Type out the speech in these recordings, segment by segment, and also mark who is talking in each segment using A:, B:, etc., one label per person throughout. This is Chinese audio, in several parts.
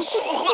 A: 好不好？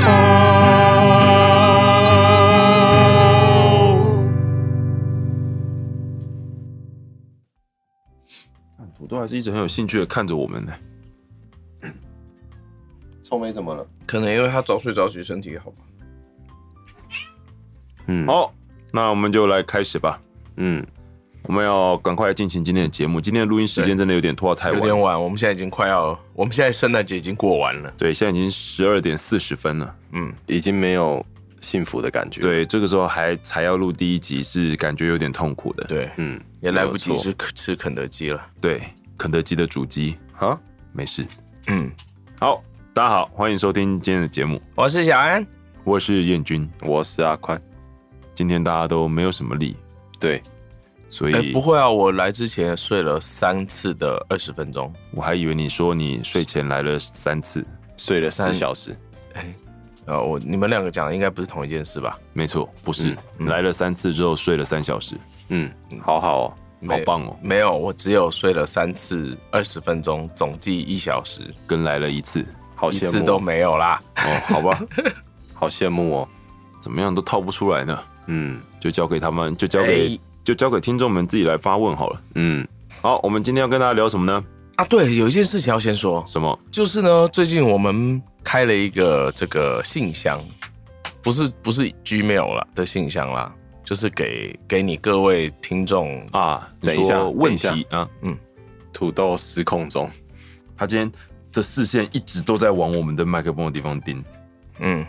B: 好？
C: 土豆还是一直很有兴趣的看着我们呢。
D: 臭美怎么了？
E: 可能因为他早睡早起，身体也好吧。
D: 嗯
C: 好，那我们就来开始吧。
D: 嗯，
C: 我们要赶快来进行今天的节目。今天的录音时间真的有点拖到太
E: 有点
C: 晚，
E: 晚，我们现在已经快要，我们现在圣诞节已经过完了。
C: 对，现在已经十二点四十分了。
E: 嗯，
D: 已经没有幸福的感觉。，
C: 对，这个时候还才要录第一集，是感觉有点痛苦的。
E: 对，
D: 嗯，
E: 也来不及
D: 没有错
E: 吃吃肯德基了。
C: 对，肯德基的主机
D: 啊，
C: 没事。
E: 嗯，
C: 好，大家好，欢迎收听今天的节目，
E: 我是小安，
C: 我是彦君。
D: 我是阿宽。
C: 今天大家都没有什么力，
D: 对，
C: 所
E: 哎、
C: 以
E: 不会啊，我来之前睡了三次的二十分钟。
C: 我还以为你说你睡前来了三次，
D: 睡了
E: 三
D: 四小时。
E: 呃，我你们两个讲的应该不是同一件事吧？
C: 没错，不是、
E: 嗯
C: 来了三次之后睡了三小时，
D: 嗯，好好哦。
C: 好
E: 没
C: 棒哦，
E: 没有，我只有睡了三次二十分钟，总计一小时，
C: 跟来了一次。
D: 好
E: 一
D: 羡
E: 次
D: 慕
E: 都
D: 哦
E: 没有啦。
C: 哦，好吧，
D: 好羡慕哦。
C: 怎么样都套不出来呢，
D: 嗯
C: 就交给他们，就交给、
E: 哎
C: 就交给听众们自己来发问好了。
D: 嗯，
C: 好，我们今天要跟大家聊什么呢？
E: 啊，对，有一件事情要先说，
C: 什么？
E: 就是呢，最近我们开了一个这个信箱，不是不是 Gmail 啦的信箱啦，就是给给你各位听众啊，
C: 啊，你
D: 等一下
C: 说问
D: 等一
C: 题啊，
D: 土豆失控中。
C: 他今天这视线一直都在往我们的麦克风的地方盯。
E: 嗯，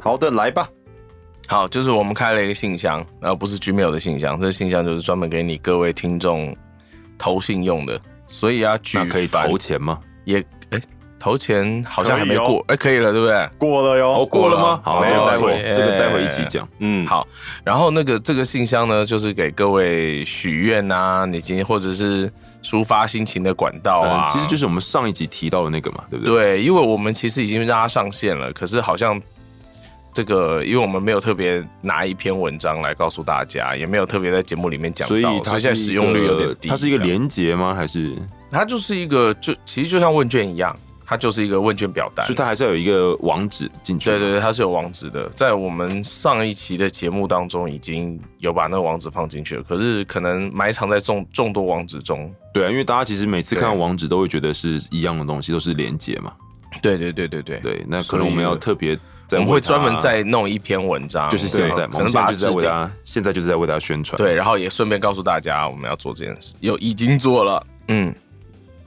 D: 好的，来吧。
E: 好，就是我们开了一个信箱，然后不是 Gmail 的信箱，这个信箱就是专门给你各位听众投信用的，所以啊，举
C: 那可以
E: 凡
C: 投钱吗？
E: 也哎、投钱好像还
D: 可
E: 没
D: 以哦
E: 过，哎、可以了，对不对？
D: 过了哟。
C: 哦，过了吗？
E: 过了
C: 好，这个待
E: 没
C: 会
E: 有
C: 这个待会一起讲。
D: 嗯，
E: 好然后那个这个信箱呢，就是给各位许愿啊，你今天或者是抒发心情的管道啊，
C: 嗯，其实就是我们上一集提到的那个嘛，对不对？
E: 对，因为我们其实已经让它上线了，可是好像这个，因为我们没有特别拿一篇文章来告诉大家，也没有特别在节目里面讲到，
C: 所
E: 所
C: 以它
E: 现在
C: 是一
E: 使用率有
C: 个
E: 点低。
C: 它是一个
E: 这样，
C: 连结吗？还是
E: 它就是一个就其实就像问卷一样，它就是一个问卷表单
C: 所以。它还是要有一个网址进去？
E: 对对对，它是有网址的，在我们上一期的节目当中已经有把那个网址放进去了，可是可能埋藏在众众多网址中。
C: 对啊，因为大家其实每次
E: 对
C: 看网址都会觉得是一样的东西，都是连结嘛。
E: 对对对对对，
C: 对，那可
E: 所
C: 能我们
E: 以
C: 要特别再为它，
E: 我们会专门再弄一篇文章，
C: 就是现在
E: 对
C: 嘛，我们
E: 可能
C: 现
E: 把
C: 在
E: 它
C: 就是在为
E: 置顶
C: 大家，现在就是在为大家宣传。，
E: 对，然后也顺便告诉大家我们要做这件事，有已经做了，嗯，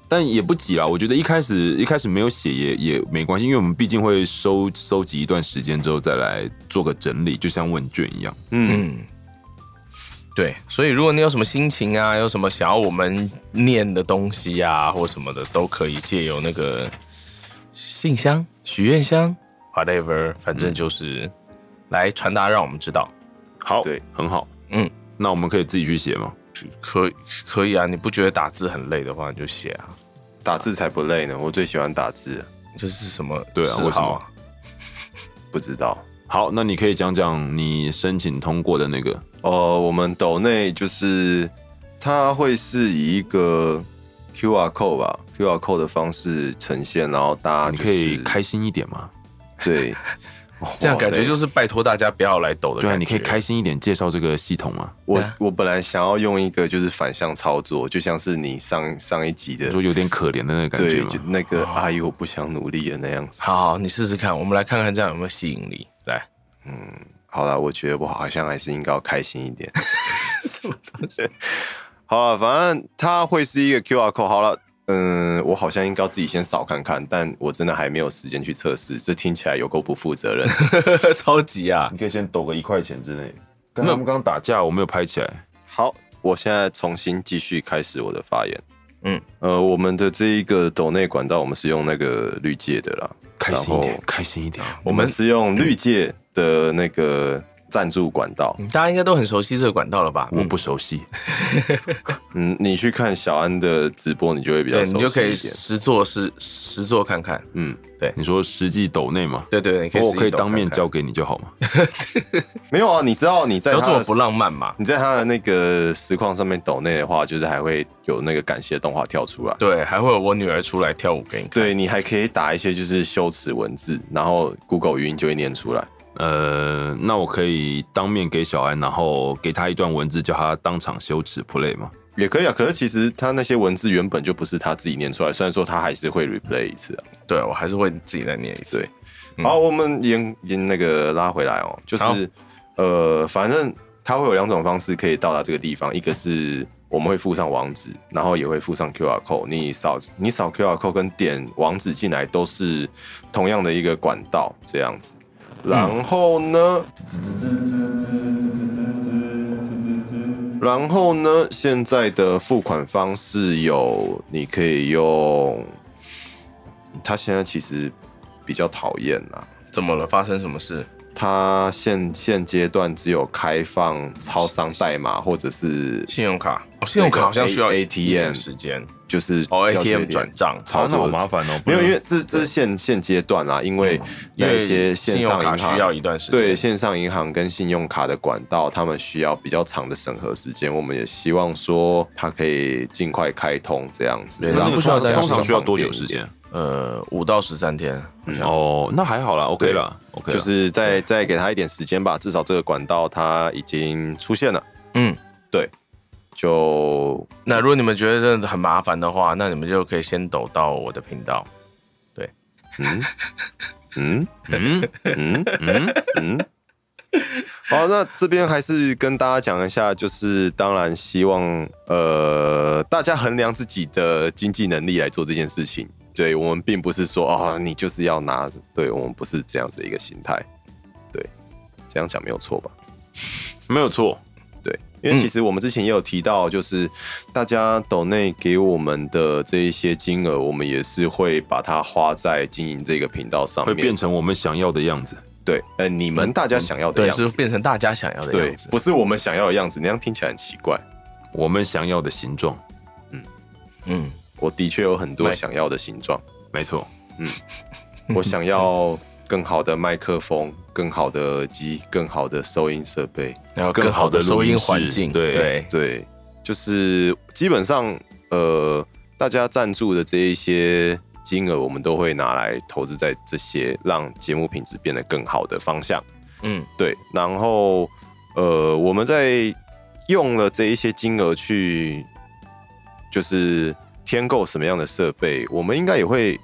C: 但也不急啦。我觉得一开始一开始没有写也也没关系，因为我们毕竟会收收集一段时间之后再来做个整理，就像问卷一样。
D: 嗯，
E: 嗯，对，所以如果你有什么心情啊，有什么想要我们念的东西啊，或什么的，都可以借由那个信箱、许愿箱，whatever，反
C: 嗯
E: 正就是来传达，让我们知道。
C: 好，
D: 对，
C: 很好。
E: 嗯，
C: 那我们可以自己去写吗？
E: 可以可以啊，你不觉得打字很累的话，你就写啊。
D: 打字才不累呢。我最喜欢打字了，
E: 这是什么
C: 对啊
E: 嗜
C: 为什
E: 好
C: 么
E: 啊？
D: 不知道。
C: 好，那你可以讲讲你申请通过的那个
D: 呃，我们抖内就是它会是以一个 QR code 吧，QR code 的方式呈现，然后大家、
C: 你
D: 就是、
C: 可以开心一点嘛？
D: 对，
E: 这样感觉就是是拜托大家不要来抖的
C: 对啊，
E: 感觉。
C: 你可以开心一点介绍这个系统嘛？
D: 我我本来想要用一个就是反向操作，就像是你上上一集的
C: 你说有点可怜的那个感觉啊
D: 对，
C: 嘛
D: 就？那个阿姨我不想努力的那样子。
E: 好好，你试试看，我们来看看这样有没有吸引力。来，
D: 好啦，我觉得我好像还是应该要开心一点。什么东西？ 好了，反正它会是一个 QR code。好了，嗯，我好像应该要自己先扫看看，但我真的还没有时间去测试。这听起来有够不负责任。
E: 超级啊！
C: 你可以先抖个一块钱之内。跟他们刚刚打架，我没有拍起来。
D: 好，我现在重新继续开始我的发言。
E: 嗯，
D: 呃，我们的这一个抖内管道，我们是用那个绿界的啦，
C: 开心一
D: 然
C: 点
D: 后，
C: 开心一点。
D: 我们是用绿界的那个赞助管道。
E: 嗯大家应该都很熟悉这个管道了吧？
C: 我不熟悉，
D: 嗯，你去看小安的直播，你就会比较
E: 对
D: 熟悉
E: 你
D: 一
E: 就
D: 点。
E: 可以实做实实做看看。
D: 嗯，
C: 你说实际抖内吗？
E: 对对对，你可
D: 哦
E: 以
C: 我
E: 实
C: 可以
E: 抖
C: 当面
E: 看看，
C: 交给你就好 吗？
D: 没有啊，你知道你
E: 不
D: 在
E: 要
D: 他
E: 这么
D: 的
E: 不浪漫嘛。
D: 你在他的那个实况上面抖内的话，就是还会有那个感谢动画跳出来。
E: 对，还会有我女儿出来跳舞给你看。
D: 对你还可以打一些就是羞耻文字，然后 Google 语音就会念出来。
C: 呃，那我可以当面给小安，然后给他一段文字，叫他当场羞耻 play 吗？
D: 也可以啊，可是其实他那些文字原本就不是他自己念出来，虽然说他还是会 replay 一次啊。
E: 对，我还是会自己再念一次。
D: 对
E: 嗯
D: 好，我们沿沿那个拉回来哦，就
E: 好
D: 是呃，反正它会有两种方式可以到达这个地方，一个是我们会附上网址，然后也会附上 QR code。你扫你扫 QR code 跟点网址进来都是同样的一个管道这样子。
E: 嗯
D: 然后呢？然后呢？现在的付款方式有，你可以用。他现在其实比较讨厌啦，
E: 怎么了？发生什么事？
D: 它现现阶段只有开放超商代码或者是
E: 信用卡？哦，信用
D: 那
E: 卡
D: 个
E: 好像需要
D: A-
E: 一点
D: ATM
E: 时间。
D: 就是
E: 哦
D: 要去
E: ，ATM 转账
D: 操作的
C: 烦哦
D: 没有，因为这这是现现阶段啦，因为
E: 嗯
D: 那
E: 因为
D: 一些
E: 信
D: 线
E: 用
D: 上
E: 卡
D: 银
E: 需要
D: 行
E: 一段时间。
D: 对线上银行跟信用卡的管道，他们需要比较长的审核时间。我们也希望说它可以尽快开通这样子。
E: 对
D: 然
C: 那
D: 后
C: 那
E: 不
C: 个
E: 需要
C: 通
E: 担
C: 常
E: 心
C: 通常需要
D: 方
C: 多
D: 便
C: 久
D: 一
C: 时
D: 点
C: 间？
E: 呃，五到十三天。
D: 嗯
C: 哦，那还好啦，OK 啦，OK
E: 啊
D: 就
C: 啦。
D: 是再再给他一点时间吧，至少这个管道它已经出现了。
E: 嗯，
D: 对，就
E: 那如果你们觉得真的很麻烦的话，那你们就可以先抖到我的频道。
D: 嗯嗯
C: 嗯
D: 嗯
C: 嗯，
D: 嗯。好，那这边还是跟大家讲一下，就是当然希望呃大家衡量自己的经济能力来做这件事情。对我们并不是说啊、你就是要拿着，对我们不是这样子的一个心态。对，这样讲没有错吧？
C: 没有错。
D: 对，
C: 嗯
D: 因为其实我们之前也有提到，就是大家抖内给我们的这一些金额，我们也是会把它花在经营这个频道上
C: 会
D: 面。
C: 变成我们想要的样子。
D: 对，呃，你们大家想要的
E: 嗯对，
D: 样子，
E: 是变成大家想要的
D: 对
E: 样子，。
D: 不是我们想要的样子，那样听起来很奇怪。
C: 我们想要的形状，
E: 嗯，
D: 我的确有很多
E: 对
D: 想要的形 状，
C: 没错。
D: 我想要更好的麦克风、更好的耳机、更好的收音设备。
E: 然后
C: 更
E: 更
C: 好
E: 好
C: 的
E: 的
C: 录
E: 收
C: 音
E: 音
C: 室
E: 环境。
C: 对
E: 对，
D: 对，就是基本上呃，大家赞助的这一些金额，我们都会拿来投资在这些让节目品质变得更好的方向。
E: 嗯，
D: 对，然后呃，我们在用了这一些金额去，就是添购什么样的设备，我们应该也会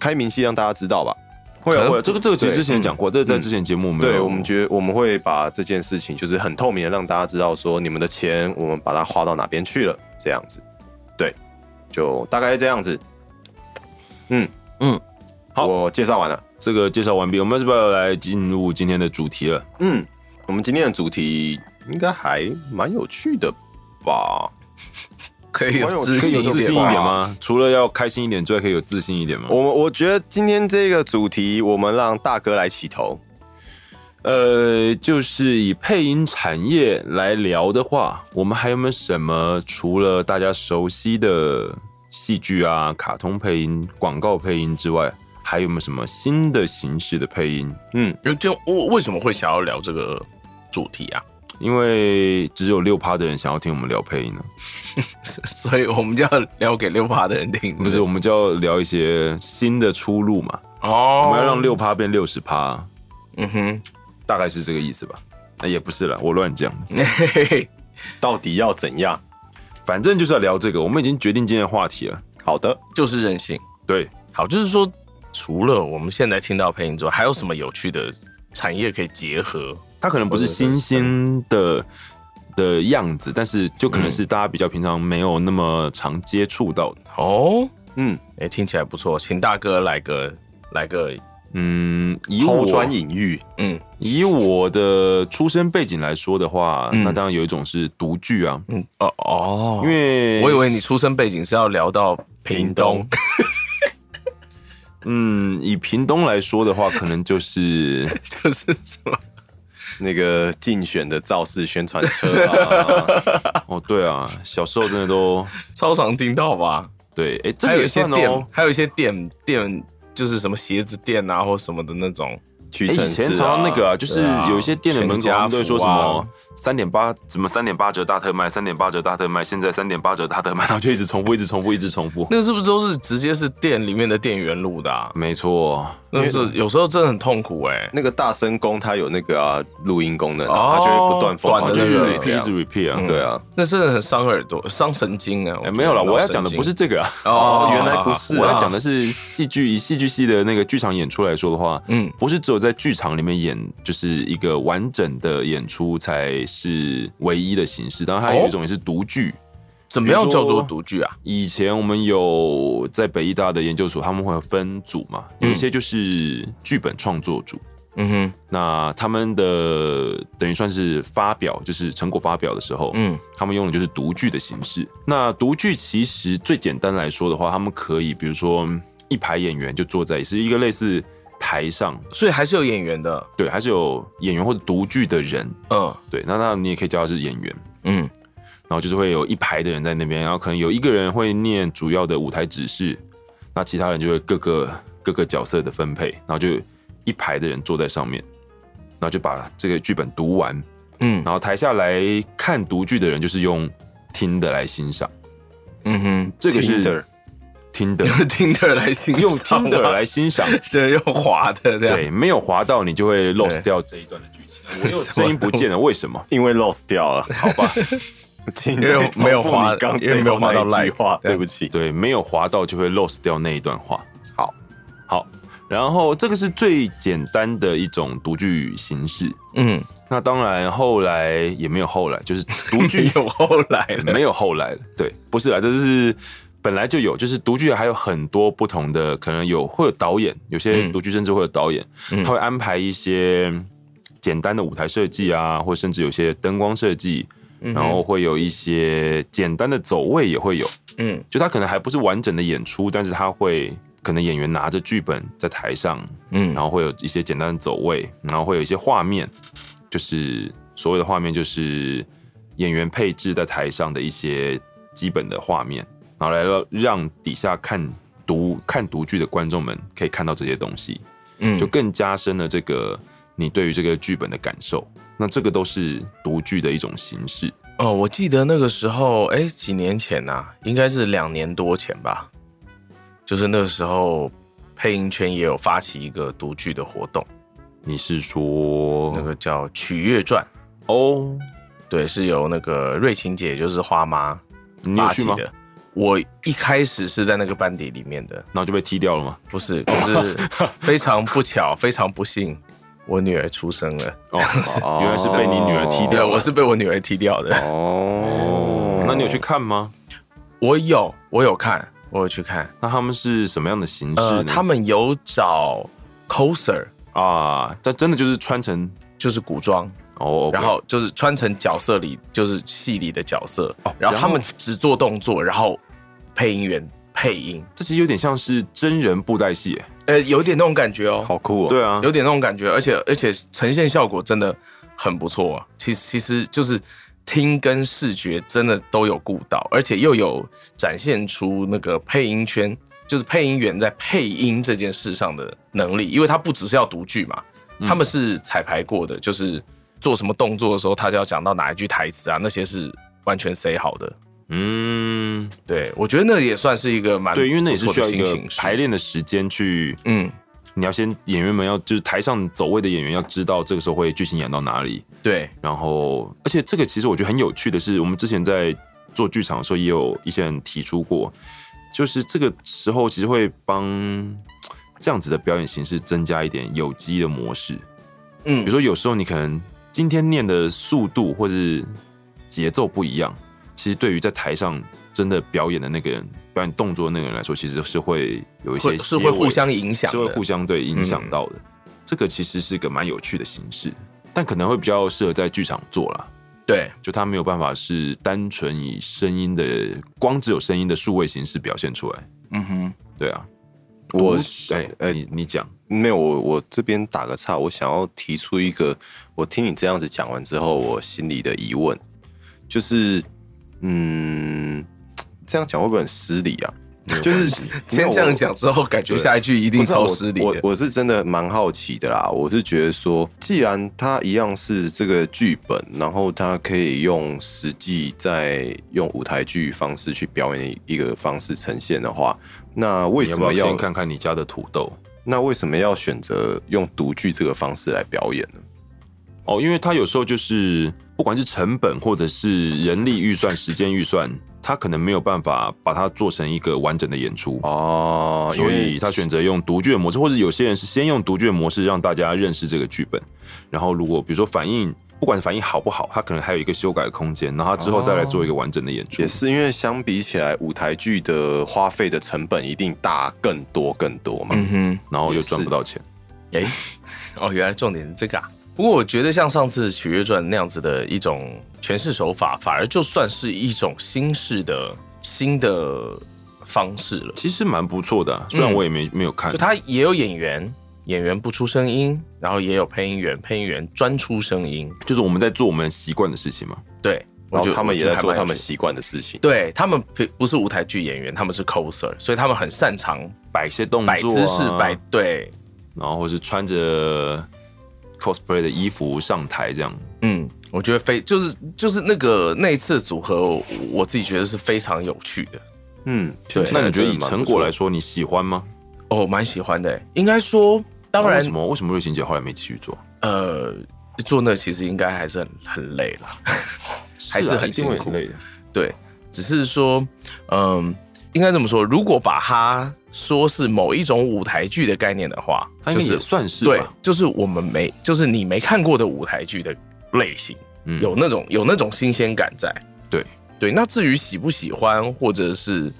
D: 开明细让大家知道吧？
C: 会
E: 可
C: 啊
E: 能
C: 会啊，这个这个其实
D: 对嗯
C: 之前也讲过，这个在之前节目没有。
D: 对，我们觉得我们会把这件事情就是很透明的让大家知道，说你们的钱我们把它花到哪边去了，这样子。对，就大概是这样子。嗯
E: 嗯，
C: 好
D: 我介绍完了。
C: 这个介绍完毕，我们是不是要来进入今天的主题了？
D: 嗯，我们今天的主题应该还蛮有趣的吧？
E: 可以有
D: 网友
E: 自
D: 可以
E: 信
D: 有
C: 有
E: 一
C: 自
E: 点
C: 信一
D: 吧
C: 点吗？除了要开心一点之外，可以有自信一点吗？
D: 我们我觉得今天这个主题，我们让大哥来起头。
C: 呃，就是以配音产业来聊的话，我们还有没有什么除了大家熟悉的戏剧啊、卡通配音、广告配音之外，还有没有什么新的形式的配音？
E: 就就我为什么会想要聊这个主题啊？
C: 因为只有六趴的人想要听我们聊配音呢、
E: 所以我们就要聊给六趴的人听，
C: 不是？我们就要聊一些新的出路嘛，
E: 哦，
C: 我们要让六趴变六十趴，
E: 嗯哼，
C: 大概是这个意思吧？那也不是啦，我乱讲的，
E: 嘿嘿嘿
D: 到底要怎样？
C: 反正就是要聊这个，我们已经决定今天的话题了。
D: 好的，
E: 就是任性。
C: 对，
E: 好，就是说，除了我们现在听到配音之外，还有什么有趣的产业可以结合？
C: 它可能不是新鲜的的样子，但是就可能是大家比较平常没有那么常接触到的。
E: 哦，
D: 嗯，
E: 哎、听起来不错，请大哥来个来个，
C: 嗯，以
D: 抛
C: 我
D: 砖引玉，
E: 嗯
C: 以我的出身背景来说的话，
E: 嗯
C: 那当然有一种是独剧啊，
E: 嗯，哦哦，
C: 因为
E: 我以为你出生背景是要聊到屏
D: 屏
E: 东
D: 东，
C: 嗯，以屏东来说的话，可能就是
E: 就是什么
D: 那个竞选的造势宣传车 啊，
C: 哦，对啊，小时候真的都
E: 超常听到吧？
C: 对，哎、这
E: 还
C: 个
E: 有
C: 也
E: 一些
C: 算
E: 店，
C: 哦。
E: 还有一些店店就是什么鞋子店啊，或什么的那种。
D: 屈
C: 哎、
D: 臣
C: 以
D: 氏
C: 前常常那个啊，
D: 啊，
C: 就是
E: 对啊
C: 有一些店的门口
E: 全家
C: 他们都会说什
E: 福
C: 么
E: 啊
C: 三点八，什么三点八折大特卖，三点八折大特卖，现在三点八折大特卖，然后就一直重复，一直重复，一直重复。
E: 那个是不是都是直接是店里面的店员录的、啊？
C: 没错，
E: 那是有时候真的很痛苦哎、
D: 那个大声公它有那个啊录音功能
E: 哦
D: 啊，它就会不断放，
E: 短
D: 它
E: 的
D: 就
E: 那
D: 会
C: 哦一
E: 个
C: 直
D: 录一直
C: repeat，一直 repeat 啊。
E: 嗯
D: 对啊，
E: 那真的很伤耳朵、伤神经啊！
C: 哎、没有
E: 了，
C: 啦，我要讲的不是这个啊，
E: 哦
D: 哦原来不是啊
C: 我要讲的是戏剧，以戏剧系的那个剧场演出来说的话，
E: 嗯
C: 不是只有在剧场里面演，就是一个完整的演出才是唯一的形式。当然，它有一
E: 哦
C: 种也是独剧。
E: 怎么样叫做独居啊？
C: 以前我们有在北医大的研究所，他们会有分组嘛，有一些就是剧本创作组，
E: 嗯哼，
C: 那他们的等于算是发表，就是成果发表的时候，
E: 嗯
C: 他们用的就是独剧的形式。那独剧其实最简单来说的话，他们可以比如说嗯一排演员就坐在，是一个类似台上，
E: 所以还是有演员的。
C: 对，还是有演员或者独剧的人，
E: 嗯
C: 对，那那你也可以叫他是演员。
E: 嗯
C: 然后就是会有一排的人在那边，然后可能有一个人会念主要的舞台指示，那其他人就会各个各个角色的分配，然后就一排的人坐在上面，然后就把这个剧本读完，
E: 嗯
C: 然后台下来看读剧的人就是用听的来欣赏，
E: 嗯 哼，
C: 这个是
D: Tinder
C: 听的，
E: 用 Tinder 来欣赏啊
C: 用听的来，欣赏。
E: 这用滑的这样。
C: 对，没有滑到你就会 lost
E: 对
C: 掉这一段的剧情。我又
E: 什么
C: 声音不见了，为什么？
D: 因为 lost 掉了，好 吧？因
E: 因为没有滑
D: 刚
E: 因为
D: 最
E: 没有
D: 后
E: 滑
D: 那
E: 到
D: 一句
E: like，
D: 话，
E: 对
D: 对不起，
C: 对，没有滑到就会 lost 掉那一段话。
D: 好，
C: 好，然后这个是最简单的一种独剧形式。
E: 嗯，
C: 那当然，后来也没有后来，就是独剧
E: 有后来了，
C: 没有后来了。对，不是啦，这是本来就有，就是独剧还有很多不同的，可能有会有导演，有些
E: 嗯
C: 独剧甚至会有导演，
E: 嗯
C: 他会安排一些简单的舞台设计啊，或甚至有些灯光设计，
E: 嗯哼，
C: 然后会有一些简单的走位也会有。
E: 嗯
C: 就他可能还不是完整的演出，但是他会可能演员拿着剧本在台上，
E: 嗯，
C: 然后会有一些简单的走位，然后会有一些画面，就是所谓的画面就是演员配置在台上的一些基本的画面，然后来让让底下看读看读剧的观众们可以看到这些东西，
E: 嗯
C: 就更加深了这个你对于这个剧本的感受。那这个都是读剧的一种形式。
E: 哦，我记得那个时候，哎、几年前呐、应该是两年多前吧，就是那个时候，配音圈也有发起一个独剧的活动，
C: 你是说
E: 那个叫《曲月传
C: 哦？》，
E: 对，是由那个瑞琴姐，就是花妈
C: 你有
E: 发
C: 去
E: 起
C: 吗？
E: 的。我一开始是在那个班底里面的，
C: 然后就被踢掉了吗？
E: 不是，可是非常不巧，非常不幸，我女儿出生了。
C: 哦，好原来是被你女儿踢
E: 对，
C: 掉了。
E: 我是被我女儿踢掉的。
D: 哦
C: 哦，那你有去看吗？
E: 我有，我有看，我有去看。
C: 那他们是什么样的形式
E: 呃，
C: 呢？
E: 他们有找 coser，
C: 啊，这真的就是穿成
E: 就是古装，
C: 哦，OK，
E: 然后就是穿成角色里，就是戏里的角色，
C: 哦
E: 然
C: 然
E: 后他
C: 后
E: 们只做动作，然后配音员配音，
C: 这其实有点像是真人布袋戏耶。
E: 呃，有点那种感觉哦，
D: 好酷哦，
C: 对啊，
E: 有点那种感觉，而且而且呈现效果真的很不错、啊。其实其实就是听跟视觉真的都有顾到，而且又有展现出那个配音圈。就是配音员在配音这件事上的能力，因为他不只是要读剧嘛，
C: 嗯
E: 他们是彩排过的，就是做什么动作的时候，他就要讲到哪一句台词啊，那些是完全 say 好的。
C: 嗯，
E: 对，我觉得那也算是一个蛮
C: 对，因为那也是
E: 不
C: 需
E: 错
C: 要
E: 的
C: 一
E: 新
C: 个
E: 形式
C: 排。练的时间去，
E: 嗯，
C: 你要先演员们要就是台上走位的演员要知道这个时候会剧情演到哪里，
E: 对，
C: 然后而且这个其实我觉得很有趣的是，我们之前在做剧场的时候也有一些人提出过，就是这个时候其实会帮这样子的表演形式增加一点有机的模式。比如
E: 嗯，
C: 说有时候你可能今天念的速度或是节奏不一样，其实对于在台上真的表演的那个人、表演动作的那个人来说，其实是会有一些
E: 会是会互相影
C: 影
E: 响
C: 是会
E: 的，
C: 互相对影响到的。这个其实是个蛮有趣的形式，但可能会比较适合在剧场做啦。
E: 对，
C: 就它没有办法是单纯以声音的光只有声音的数位形式表现出来。
E: 嗯哼。
C: 对啊，
D: 我
C: 对，
D: 呃
C: 你你讲，
D: 没有，我我这边打个岔，我想要提出一个，我听你这样子讲完之后，我心里的疑问，就是，嗯，这样讲会不会很失礼啊？就是
E: 先这样，讲之后，感觉下一句一定
D: 没有我
E: 超
D: 不是
E: 失
D: 啊
E: 礼
D: 我
E: 的。
D: 我我是真的蛮好奇的啦，我是觉得说，既然它一样是这个剧本，然后它可以用实际再用舞台剧方式去表演一个方式呈现的话，那为
C: 你要
D: 什
C: 不
D: 么
C: 要先看看你家的土豆？
D: 那为什么要选择用独剧这个方式来表演呢？
C: 哦，因为它有时候就是不管是成本或者是人力预算、时间预算，它可能没有办法把它做成一个完整的演出。
D: 哦
C: 所以啊他选择用独剧的模式，或者有些人是先用独剧的模式让大家认识这个剧本，然后如果比如说反应，不管反应好不好，他可能还有一个修改的空间，然后他之后
E: 哦
C: 再来做一个完整的演出。
D: 也是因为相比起来，舞台剧的花费的成本一定大更多更多嘛。
E: 嗯
C: 然后又赚不到钱。
E: 哼，哎，哦，原来重点是这个啊。不过我觉得像上次《取悦传》那样子的一种诠释手法，反而就算是一种新式的新的方式了。
C: 其实蛮不错的啊、虽然我也没、没有看
E: 嗯就，他也有演员，演员不出声音，然后也有配音员，配音员专出声音。
C: 就是我们在做我们习惯的事情嘛。
E: 对，
D: 然
E: 我
D: 后
E: 觉得
D: 他们也在做他。
E: 我觉得还蛮
D: 们
E: 有趣
D: 习惯的事情。
E: 对他们不不是舞台剧演员，他们是 coser，所以他们很擅长
C: 摆一些动作、啊、
E: 摆姿势、摆对，
C: 然后或是穿着 cosplay 的衣服上台这样。
E: 嗯，我觉得非就是就是那个那一次组合，我我自己觉得是非常有趣的，
D: 嗯，
E: 对
D: 听起来
C: 那你觉得以
D: 真的蛮
C: 成
D: 不
C: 果
D: 错
C: 来，说，你喜欢吗？
E: 哦，蛮喜欢的。应该说，当
C: 那
E: 然
C: 为什，么为什么瑞行姐后来没继续做？
E: 呃，做那其实应该还是很很累了。还是
C: 啊
E: 很
C: 一定会
E: 辛苦
C: 累的。
E: 对，只是说，嗯，应该这么说，如果把它说是某一种舞台剧的概念的话，
C: 他应
E: 就
C: 该也
E: 是
C: 算是吧。
E: 对，就是我们没，就是你没看过的舞台剧的类型，
C: 嗯
E: 有那种有那种新鲜感在。
C: 对
E: 对，那至于喜不喜欢或者是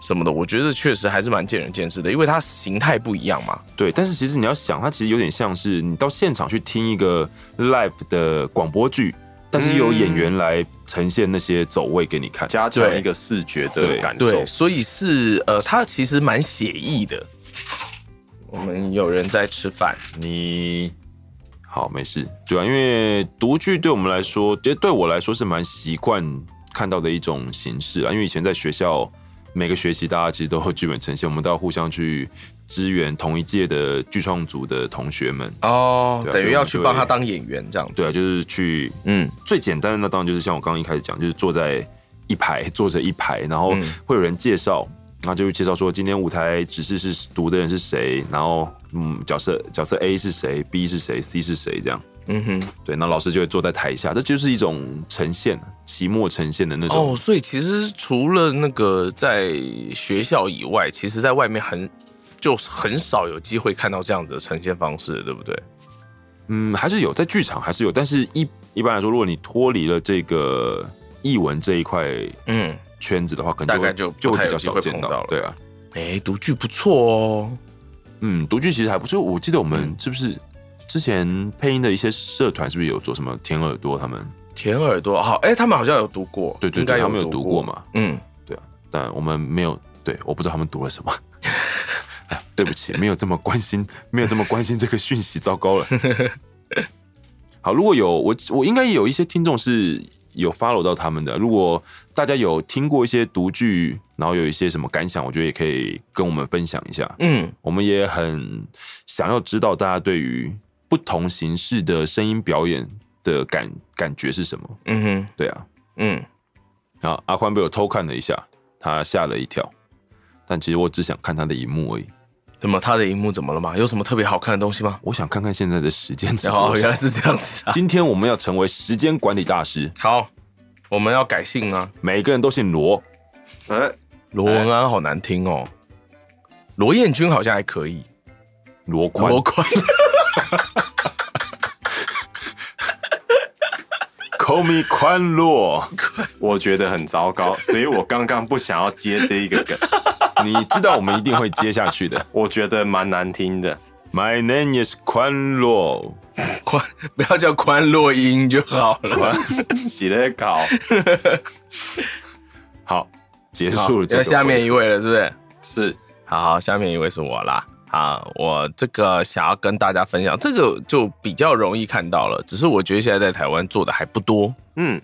E: 什么的，我觉得确实还是蛮见仁见智的，因为它形态不一样嘛。
C: 对，但是其实你要想，它其实有点像是你到现场去听一个 live 的广播剧，但是又有演员来呈现那些走位给你看。
D: 加强
E: 对
D: 一个视觉的
C: 对
D: 感受
E: 对，。所以是呃，它其实蛮写意的。我们有人在吃饭，
C: 你好，没事，对啊，因为独剧对我们来说，其实对我来说是蛮习惯看到的一种形式啊。因为以前在学校，每个学期大家其实都会剧本呈现，我们都要互相去支援同一届的剧创组的同学们。
E: 哦
C: 对啊
E: 等
C: 所
E: 于
C: 以我
E: 要
C: 们
E: 去
C: 就
E: 帮他
C: 会
E: 当演员这样子。
C: 对啊，就是去
E: 嗯，
C: 最简单的那当然就是像我刚刚一开始讲，就是坐在一排，坐着一排，然后
E: 嗯
C: 会有人介绍，然后就会介绍说今天舞台指示是读的人是谁，然后嗯角色角色 A 是谁，B 是谁，C 是谁这样。
E: 嗯哼，
C: 对，那老师就会坐在台下，这就是一种呈现，期末呈现的那种。
E: 哦，所以其实除了那个在学校以外，其实在外面很就很少有机会看到这样的呈现方式，对不对？
C: 嗯，还是有在剧场还是有，但是一一般来说，如果你脱离了这个译文这一块
E: 嗯，
C: 圈子的话，可能
E: 大
C: 会
E: 概就
C: 就
E: 不
C: 会
E: 太
C: 比较
E: 有机
C: 少
E: 会
C: 见
E: 碰
C: 到
E: 到了
C: 对啊，
E: 哎，独剧不错哦。
C: 嗯，独剧其实还不错。我记得我们
E: 嗯
C: 是不是之前配音的一些社团是不是有做什么甜耳朵他们？
E: 甜耳朵好，哎，他们好像有读过，
C: 对对
E: 应该
C: 对，他
E: 有
C: 们有
E: 读
C: 读过？嘛？
E: 嗯，
C: 但我们没有，对，我不知道他们读了什么。 哎呀，对不起，没有这么关心， 没有这么关心这个讯息，糟 糕了。好，如果有我，我应该有一些听众是有 follow 到他们的。如果大家有听过一些独剧，然后有一些什么感想，我觉得也可以跟我们分享一下。
E: 嗯，
C: 我们也很想要知道大家对于不同形式的声音表演的感感觉是什么。
E: 嗯哼，
C: 对啊，
E: 嗯，
C: 然后阿宽被我偷看了一下，他吓了一跳。但其实我只想看他的荧幕而已，
E: 怎么他的荧幕怎么了嘛？有什么特别好看的东西吗？
C: 我想看看现在的时间是
E: 然后
C: 多
E: 哦原
C: 少
E: 来。是这样子啊。
C: 今天我们要成为时间管理大师，
E: 好，我们要改姓啊。
C: 每个人都姓罗。
D: 哎，
E: 罗文安好难听哦，罗彦君好像还可以，
C: 罗宽
E: 罗宽。
C: ，Call me 宽洛，
D: 我觉得很糟糕，所以我刚刚不想要接这一个梗，
C: 你知道我们一定会接下去的。
D: 我觉得蛮难听的。
C: My name is 宽洛，
E: 宽， 不要叫宽洛音就好了。
D: 洗了搞，
C: 好，结束了这
E: 要
C: 个。
E: 下面一位了，是不是？
D: 是
E: 好好，下面一位是我啦。啊，我这个想要跟大家分享，这个就比较容易看到了，只是我觉得现在在台湾做的还不多。
D: 嗯，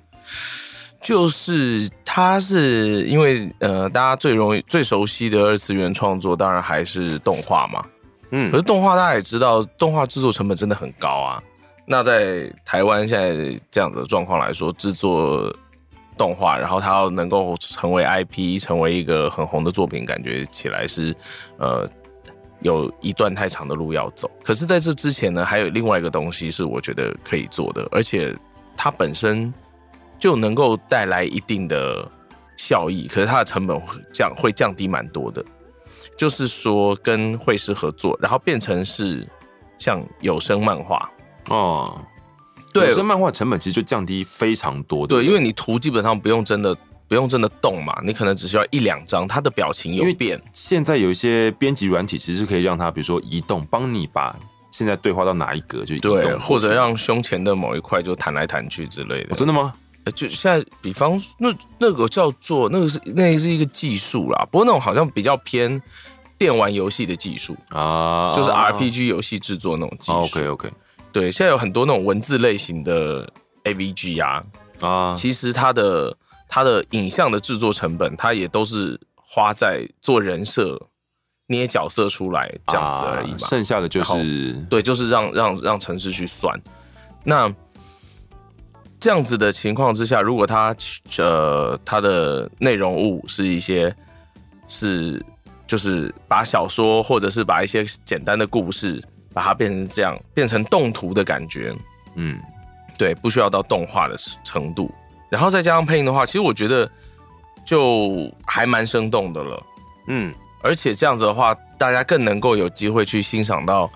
E: 就是它是因为呃，大家最容易最熟悉的二次元创作，当然还是动画嘛。
D: 嗯
E: 可是动画大家也知道，动画制作成本真的很高啊。那在台湾现在这样子的状况来说，制作动画，然后它要能够成为 IP，成为一个很红的作品，感觉起来是呃有一段太长的路要走。可是在这之前呢，还有另外一个东西是我觉得可以做的，而且它本身就能够带来一定的效益，可是它的成本会降会降低蛮多的。就是说跟绘师合作，然后变成是像有声漫画，
C: 哦，
E: 对
C: 有声漫画成本其实就降低非常多，
E: 对，
C: 不
E: 因为你图基本上不用真的不用真的动嘛，你可能只需要一两张，它的表情有
C: 因为
E: 变，
C: 现在有一些编辑软体其实是可以让它，比如说移动，帮你把现在对话到哪一格就移动过
E: 对，
C: 去，
E: 或者让胸前的某一块就弹来弹去之类的。
C: 哦真的吗？
E: 呃就现在，比方说那那个叫做那个是那个是一个技术啦，不过那种好像比较偏电玩游戏的技术，
C: 啊，哦
E: 就是 RPG 游戏制作那种技术。
C: OK OK
E: 对，现在有很多那种文字类型的 AVG 啊，
C: 啊，
E: 其实它的它的影像的制作成本，它也都是花在做人设、捏角色出来这样子而已
C: 啊
E: 嘛。
C: 剩下的就是
E: 对，就是让让让城市去算。那这样子的情况之下，如果它呃它的内容物是一些是就是把小说或者是把一些简单的故事，把它变成这样，变成动图的感觉，
C: 嗯，
E: 对，不需要到动画的程度。然后再加上配音的话，其实我觉得就还蛮生动的了。
D: 嗯
E: 而且这样子的话，大家更能够有机会去欣赏到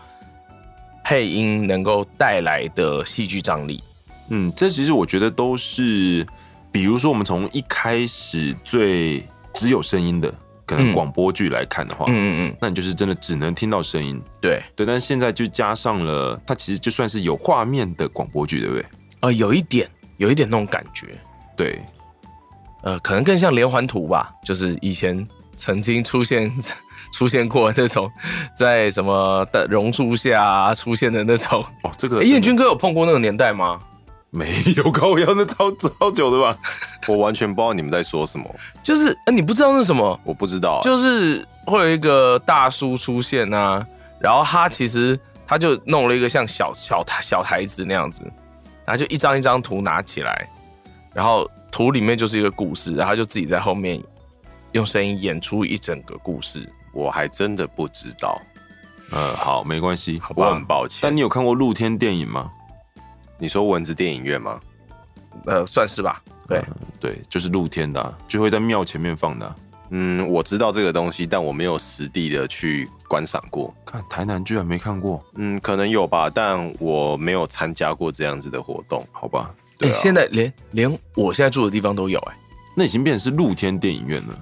E: 配音能够带来的戏剧张力。
C: 嗯，这其实我觉得都是，比如说我们从一开始最只有声音的，可能
E: 嗯
C: 广播剧来看的话，
E: 嗯嗯
C: 那你就是真的只能听到声音。
E: 嗯，对啊、
C: 对，但是现在就加上了，它其实就算是有画面的广播剧，对不对？
E: 呃有一点，有一点那种感觉，
C: 对，
E: 呃，可能更像连环图吧，就是以前曾经出现 出现过那种在什么的榕树下、啊、出现的那种。
C: 哦，这个
E: 诶哎彦君哥有碰过那个年代吗？
C: 没有 高腰，那超超久的吧？
D: 我完全不知道你们在说什么，
E: 就是，呃，你不知道那是什么，
D: 我不知道、欸
E: 就是会有一个大叔出现啊，然后他其实他就弄了一个像小小台小台子那样子，然后就一张一张图拿起来，然后图里面就是一个故事，然后他就自己在后面用声音演出一整个故事。
D: 我还真的不知道，
C: 呃，好，没关系，好
D: 我很抱歉
C: 但。你有看过露天电影吗？
D: 你说蚊子电影院吗？
E: 呃，算是吧。对，
C: 对，就是露天的啊、就会在庙前面放的啊、
D: 嗯，我知道这个东西，但我没有实地的去观赏过。
C: 看台南居然没看过，
D: 嗯，可能有吧，但我没有参加过这样子的活动。
C: 好吧？
E: 哎、
D: 对啊
E: 现在连连我现在住的地方都有哎、
C: 那已经变成是露天电影院了。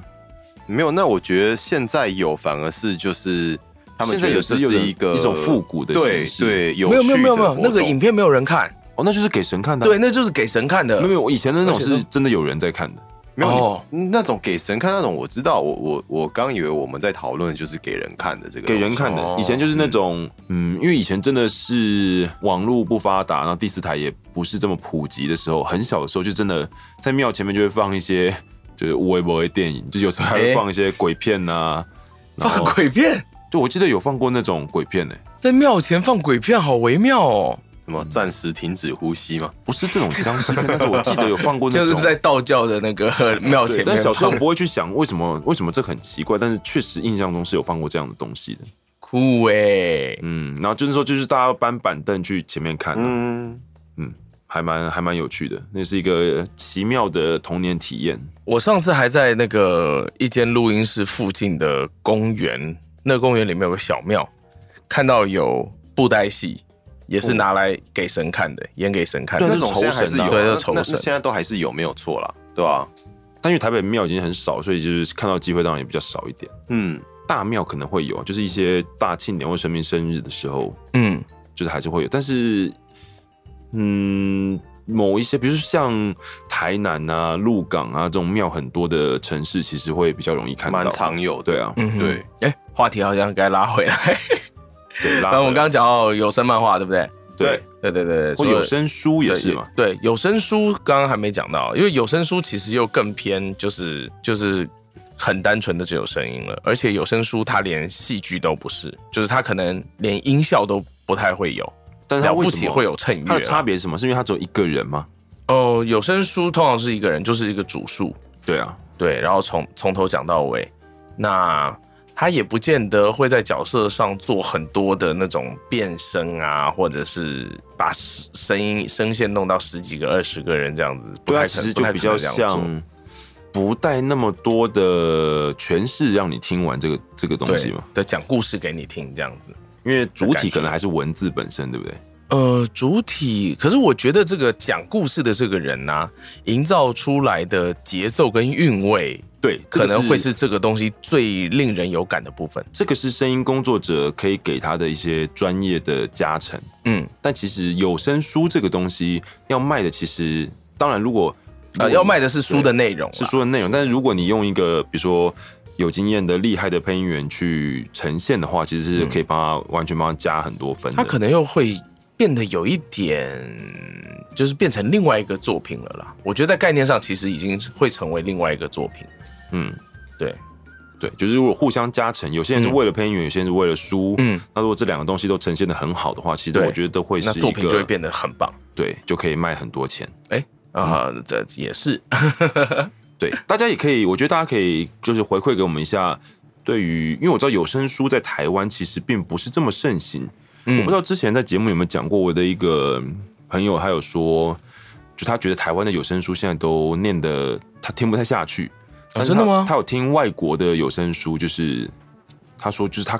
D: 没有，那我觉得现在有，反而是就是他们
C: 现在
D: 觉
C: 有
D: 得
C: 是
D: 这
C: 有
D: 是
C: 点
D: 一个
C: 一种复古的
D: 对
C: 形式
D: 对，有
E: 没有没有
D: 趣
E: 没有
D: 的
E: 没有，
D: 活
E: 那个
D: 动
E: 影片没有人看，
C: 哦，那就是给神看的啊、
E: 对，那就是给神看的。
C: 没有，没有，我以前的那种
E: 而且都
C: 是真的有人在看的。
D: 没有、
E: 哦
D: 你那种给神看那种，我知道，我我我刚以为我们在讨论就是给人看的这个
C: 给
D: 东
C: 人
D: 西
C: 看
E: 哦
C: 的。以前就是那种，嗯，因为以前真的是网络不发达，然后第四台也不是这么普及的时候，很小的时候就真的在庙前面就会放一些就是微博的电影，就有时候还会
E: 诶
C: 放一些鬼片呐、然
E: 放
C: 后
E: 鬼片，
C: 就我记得有放过那种鬼片呢、
E: 在庙前放鬼片，好微妙哦。
D: 什么暂时停止呼吸嘛，
C: 不是这种僵尸片，但是我记得有放过那
E: 就
C: 种。
E: 是在道教的 那个庙前
C: 对，
E: 面。
C: 但小时候不会去想为什么为什么这很奇怪，但是确实印象中是有放过这样的东西的。
E: 酷哎、
C: 嗯，然后就是说就是大家搬板凳去前面看、啊，
D: 嗯，
C: 还蛮还蛮有趣的，那是一个奇妙的童年体验。
E: 我上次还在那个一间录音室附近的公园，那个公园里面有个小庙，看到有布袋戏，也是拿来给神看的，演给神看的。
D: 那
C: 对是
D: 种现在还是有啊，
E: 对
D: 那
E: 那
D: 那
E: 是酬
D: 那
E: 神
D: 现在都还是有，没有错啦，对啊吧、
C: 但因为台北庙已经很少，所以就是看到机会当然也比较少一点。
D: 嗯，
C: 大庙可能会有，啊就是一些大庆典或神明生日的时候，
E: 嗯，
C: 就是还是会有，但是，嗯，某一些，比如说像台南啊、鹿港啊这种庙很多的城市，其实会比较容易看到。
D: 蛮常有的。
C: 对啊，
E: 嗯哼
D: 对，
E: 哎、话题好像该拉回来。
C: 对，拉
E: 然后我
C: 回
E: 们
C: 来
E: 刚刚讲到有声漫画，对不对？
D: 对
C: 对，
E: 对对对对，
C: 或
E: 所以
C: 有声书也是嘛。
E: 对，有声书刚刚还没讲到，因为有声书其实又更偏就是就是很单纯的只有声音了，而且有声书它连戏剧都不是，就是它可能连音效都不太会有，
C: 但是它
E: 了
C: 为
E: 不
C: 什
E: 起
C: 么
E: 会有衬乐啊。
C: 它的差别是什么？是因为它只有一个人吗？
E: 哦，有声书通常是一个人，就是一个主述，
C: 对啊，
E: 对，然后从从头讲到尾。那他也不见得会在角色上做很多的那种变声啊，或者是把声声音声线弄到十几个、二十个人这样子，不
C: 对啊，
E: 太
C: 其实
E: 可能，
C: 就
E: 不太
C: 比
E: 可
C: 较
E: 能这样做
C: 像不带那么多的诠释，让你听完这个这个东西
E: 对
C: 嘛。
E: 的讲故事给你听这样子。
C: 因为主
E: 感
C: 体
E: 觉
C: 可能还是文字本身，对不对？
E: 呃，主体可是我觉得这个讲故事的这个人呐、营造出来的节奏跟韵味，
C: 对，这
E: 可
C: 个
E: 能会是这个东西最令人有感的部分。
C: 这个是声音工作者可以给他的一些专业的加成。
E: 嗯，
C: 但其实有声书这个东西要卖的，其实当然如果
E: 呃，要卖的是书的内容啦，
C: 是书的内容，但是如果你用一个比如说有经验的厉害的配音员去呈现的话，其实是可以帮他完全帮他加很多分的。
E: 它嗯可能又会变得有一点，就是变成另外一个作品了啦。我觉得在概念上其实已经会成为另外一个作品。
C: 嗯，
E: 对，
C: 对，就是如果互相加成，有些人是
E: 嗯
C: 为了配音员，有些人是为了书。
E: 嗯，
C: 那如果这两个东西都呈现的很好的话，其实
E: 对
C: 我觉得都会是
E: 那
C: 一
E: 作品
C: 个
E: 就会变得很棒。
C: 对，就可以卖很多钱。
E: 哎、啊、这也是，
C: 对，大家也可以，我觉得大家可以就是回馈给我们一下，对于因为我知道有声书在台湾其实并不是这么盛行，我
E: 嗯
C: 不知道之前在节目有没有讲过，我的一个朋友还有说，就他觉得台湾的有声书现在都念的他听不太下去，但是
E: 哦真的
C: 他
E: 吗
C: 他有听外国的有声书，就是他说就是他，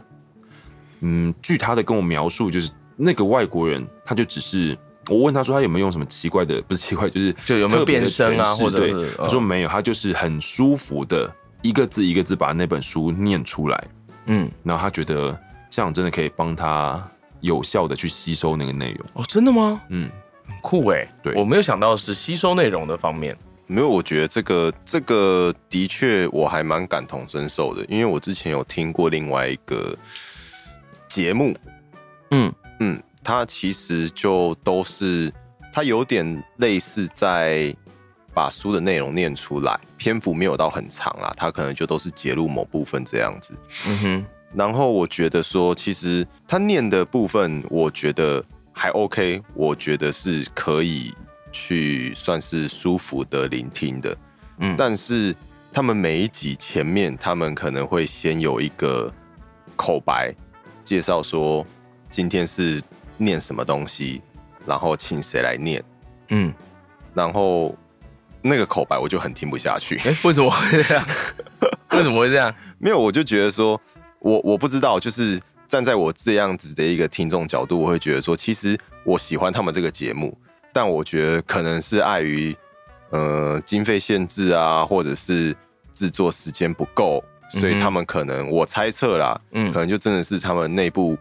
C: 嗯，据他的跟我描述，就是那个外国人他就只是。我问他说他有没有用什么奇怪的，不是奇怪，就是
E: 就有没有
C: 特别的
E: 变声啊
C: 诠释
E: 或者
C: 对
E: 是
C: 他说没有，他就是很舒服的一个字一个字把那本书念出来，
E: 嗯，
C: 然后他觉得这样真的可以帮他有效的去吸收那个内容。
E: 哦，真的吗？
C: 嗯，
E: 很酷哎、
C: 对
E: 我没有想到是吸收内容的方面。
D: 没有，我觉得这个这个的确我还蛮感同身受的，因为我之前有听过另外一个节目，
E: 嗯
D: 嗯，它其实就都是它有点类似在把书的内容念出来，篇幅没有到很长啦，它可能就都是截录某部分这样子。
E: 嗯哼，
D: 然后我觉得说，其实他念的部分，我觉得还 OK，我觉得是可以去算是舒服的聆听的。
E: 嗯
D: 但是他们每一集前面，他们可能会先有一个口白，介绍说今天是念什么东西，然后请谁来念，
E: 嗯，
D: 然后那个口白我就很听不下去。
E: 哎、为什么会这样？为什么会这样？
D: 没有，我就觉得说，我我不知道，就是站在我这样子的一个听众角度，我会觉得说，其实我喜欢他们这个节目，但我觉得可能是碍于呃经费限制啊，或者是制作时间不够，所以他们可能、我猜测啦，
E: 嗯
D: 可能就真的是他们内部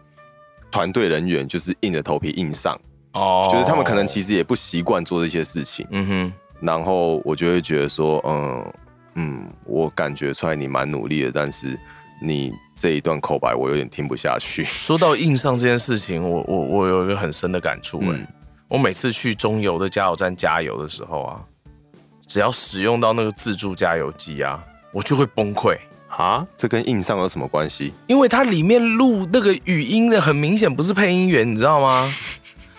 D: 团队人员就是硬着头皮硬上，
E: 哦，
D: 就是他们可能其实也不习惯做这些事情。
E: 嗯哼，
D: 然后我就会觉得说，嗯嗯，我感觉出来你蛮努力的，但是你这一段口白我有点听不下去。
E: 说到硬上这件事情，我我我有一个很深的感触哎、
D: 嗯
E: 我每次去中油的加油站加油的时候啊，只要使用到那个自助加油机啊，我就会崩溃，
C: 啊，
D: 这跟硬上有什么关系？
E: 因为它里面录那个语音的很明显不是配音员，你知 道吗？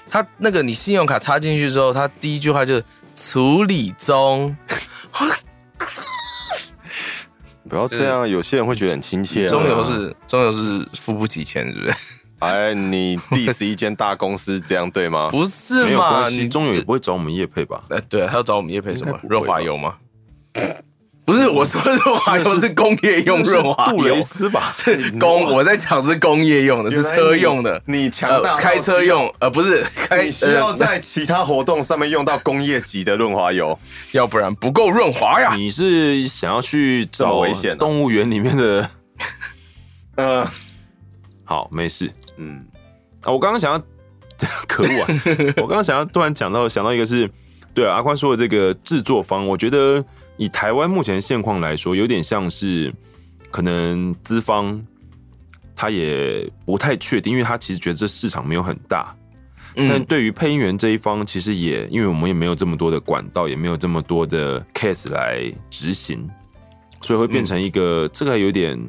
E: 他那个你信用卡插进去之后，他第一句话就是处理中，
D: 不要这样，有些人会觉得很亲切、啊。
E: 中油，是中油是付不起钱，是不是？
D: 哎，你 diss 一间大公司，这样对吗？
E: 不是
C: 没有
E: 嘛？
C: 关系，
E: 你
C: 中友
E: 这
C: 也 不会找我们叶配吧？
E: 呃，对，他要找我们叶配什
D: 应
E: 么
D: 该不会
E: 润
D: 吧
E: 滑油吗？不是，我说润滑油是工业用润 滑
C: 杜
E: 油
C: 蕾，斯吧？
E: 工我在讲是工业用的，是车用的，
D: 原来你你强大
E: 呃，
D: 到
E: 开车用，呃，不
D: 需
E: 是
D: 要。
E: 开
D: 你需要
E: 呃
D: 在其他活动上面用到工业级的润滑油，
E: 要不然不够润滑呀。
C: 你是想要去
D: 啊这么
C: 找
D: 危险啊
C: 动物园里面的？
D: 嗯、
C: 好，没事
D: 嗯，
C: 啊。我刚刚想要，可恶啊！我刚刚想要突然讲到想到一个是，对啊，阿宽说的这个制作方，我觉得以台湾目前现况来说，有点像是可能资方他也不太确定，因为他其实觉得这市场没有很大。但
E: 嗯，
C: 对于配音员这一方，其实也因为我们也没有这么多的管道，也没有这么多的 case 来执行，所以会变成一个、这个还有点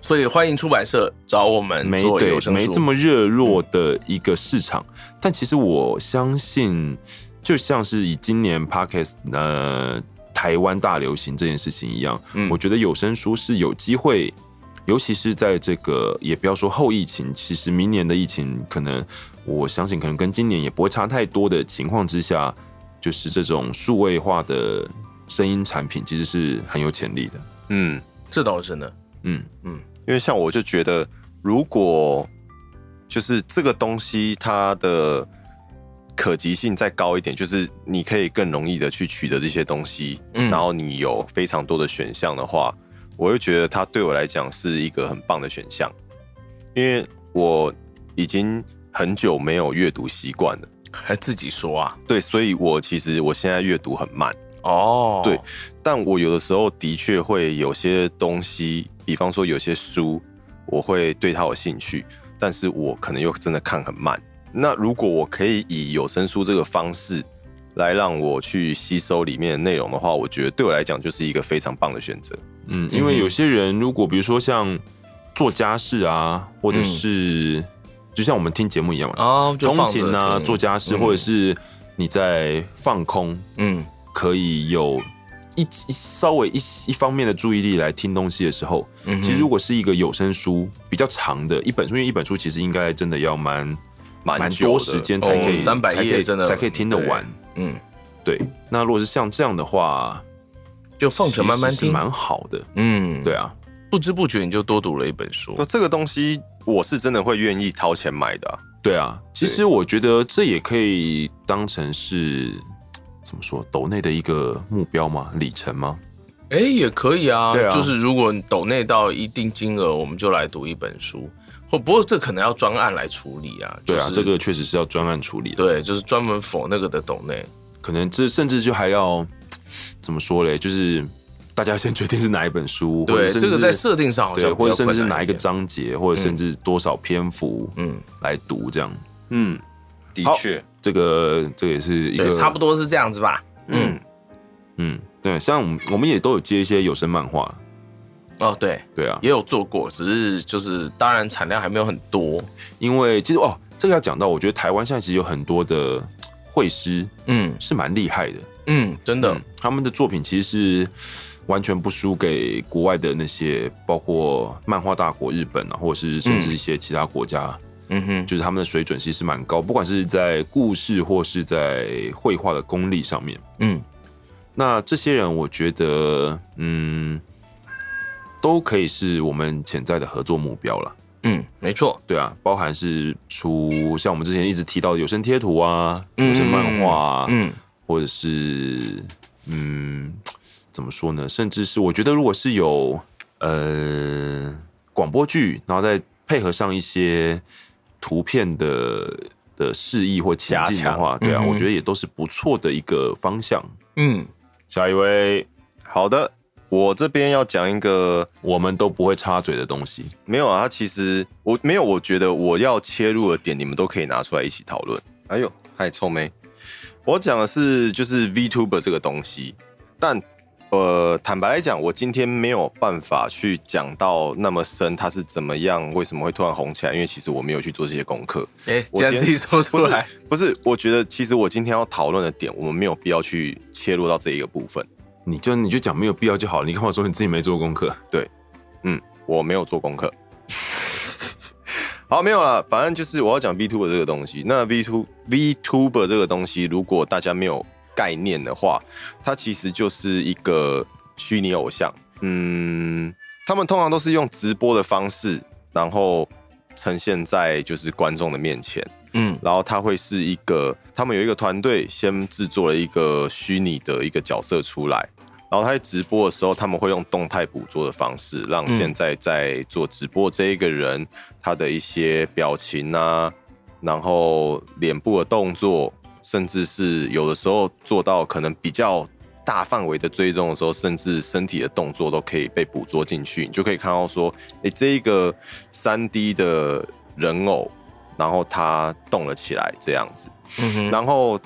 E: 所以欢迎出版社找我们
C: 没
E: 做
C: 对
E: 有声
C: 没
E: 书，嗯
C: 这么热络的一个市场。但其实我相信，就像是以今年 podcast 呃台湾大流行这件事情一样，
E: 嗯
C: 我觉得有声书是有机会。尤其是在这个，也不要说后疫情，其实明年的疫情可能，我相信可能跟今年也不会差太多的情况之下，就是这种数位化的声音产品其实是很有潜力的。
D: 嗯，
E: 这倒是真的。
C: 嗯，
D: 因为像我就觉得，如果就是这个东西它的可及性再高一点，就是你可以更容易的去取得这些东西，
E: 嗯
D: 然后你有非常多的选项的话，我会觉得它对我来讲是一个很棒的选项，因为我已经很久没有阅读习惯了，
E: 还自己说啊？
D: 对，所以我其实我现在阅读很慢。
E: 哦，
D: 对，但我有的时候的确会有些东西，比方说有些书，我会对它有兴趣，但是我可能又真的看很慢。那如果我可以以有声书这个方式来让我去吸收里面的内容的话，我觉得对我来讲就是一个非常棒的选择。
C: 嗯，因为有些人如果比如说像做家事啊，或者是、就像我们听节目一样嘛，
E: 哦，嗯就
C: 通
E: 放着
C: 勤啊、
E: 听
C: 做家事，
E: 嗯
C: 或者是你在放空，
E: 嗯
C: 可以有一一稍微一一方面的注意力来听东西的时候，
E: 嗯哼，
C: 其实如果是一个有声书比较长的一本书，因为一本书其实应该真的要蛮蛮
D: 久
C: 多
D: 的
C: 时间才可以
E: 哦300
C: 才可以
E: 页真的
C: 才可以听得完。
E: 嗯，
C: 对，那如果是像这样的话，
E: 就放着慢慢
C: 其实是
E: 听，
C: 蛮好的。
E: 嗯，
C: 对，啊，
E: 不知不觉你就多读了一本书
D: 那，这个东西我是真的会愿意掏钱买的啊、
C: 对啊，其实我觉得这也可以当成是怎么说，抖内的一个目标吗？里程吗？
E: 哎，也可以啊，
C: 对啊
E: 就是如果你抖内到一定金额，我们就来读一本书，或不过这可能要专案来处理啊，
C: 对
E: 就
C: 啊，
E: 是
C: 这个确实是要专案处理的，
E: 对，就是专门否那个的抖内，
C: 可能这甚至就还要怎么说嘞？就是大家先决定是哪一本书，或者
E: 对，
C: 甚
E: 这个
C: 至
E: 在设定上好
C: 对，
E: 像
C: 或者甚至是
E: 比较困难
C: 哪一个
E: 点，
C: 章节，或者甚至多少篇幅
E: 嗯，
C: 来读这样。嗯，
D: 的
C: 好
D: 确，
C: 这个这个也是一
E: 对，
C: 个
E: 差不多是这样子吧，嗯，
C: 嗯，对，像我们我们也都有接一些有声漫画，
E: 哦对，
C: 对啊，
E: 也有做过，只是就是当然产量还没有很多，
C: 因为其实哦，这个要讲到，我觉得台湾现在其实有很多的绘师
E: 嗯
C: 是蛮厉害的，
E: 嗯，真的
C: 嗯，他们的作品其实是完全不输给国外的那些，包括漫画大国日本啊，或者是甚至一些其他国家，
E: 嗯哼，
C: 就是他们的水准其实蛮高，不管是在故事或是在绘画的功力上面。
E: 嗯
C: 那这些人，我觉得，嗯，都可以是我们潜在的合作目标了。
E: 嗯，没错，
C: 对啊，包含是出像我们之前一直提到的有声贴图啊，
E: 嗯
C: 有声漫画啊，
E: 嗯
C: 或者是嗯，怎么说呢？甚至是我觉得，如果是有呃广播剧，然后再配合上一些图片的的示意或情境
D: 加
C: 的
D: 强
C: 话，对啊，
E: 嗯哼
C: 我觉得也都是不错的一个方向。
E: 嗯，
C: 下一位，
D: 好的，我这边要讲一个
C: 我们都不会插嘴的东西。
D: 没有啊，他其实我没有，我觉得我要切入的点，你们都可以拿出来一起讨论。哎呦，嗨，臭妹，我讲的是就是 VTuber 这个东西，但呃，坦白来讲，我今天没有办法去讲到那么深，它是怎么样，为什么会突然红起来，因为其实我没有去做这些功课。
E: 哎，
D: 我
E: 既然
D: 今天
E: 自己说出
D: 不是
E: 来，
D: 不是，我觉得其实我今天要讨论的点，我们没有必要去切入到这一个部分。
C: 你就你就讲没有必要就好了，你跟我说你自己没做功课，
D: 嗯，我没有做功课。 好，没有了，反正就是我要讲 VTuber 这个东西。那 VTu VTuber 这个东西，如果大家没有概念的话，它其实就是一个虚拟偶像。嗯，他们通常都是用直播的方式，然后呈现在就是观众的面前。
E: 嗯
D: 然后他会是一个，他们有一个团队先制作了一个虚拟的一个角色出来，然后他在直播的时候，他们会用动态捕捉的方式，让现在在做直播这一个人、他的一些表情啊，然后脸部的动作，甚至是有的时候做到可能比较大范围的追踪的时候，甚至身体的动作都可以被捕捉进去，你就可以看到说，诶、这一个三 D 的人偶，然后它动了起来这样子，
E: 嗯哼，
D: 然后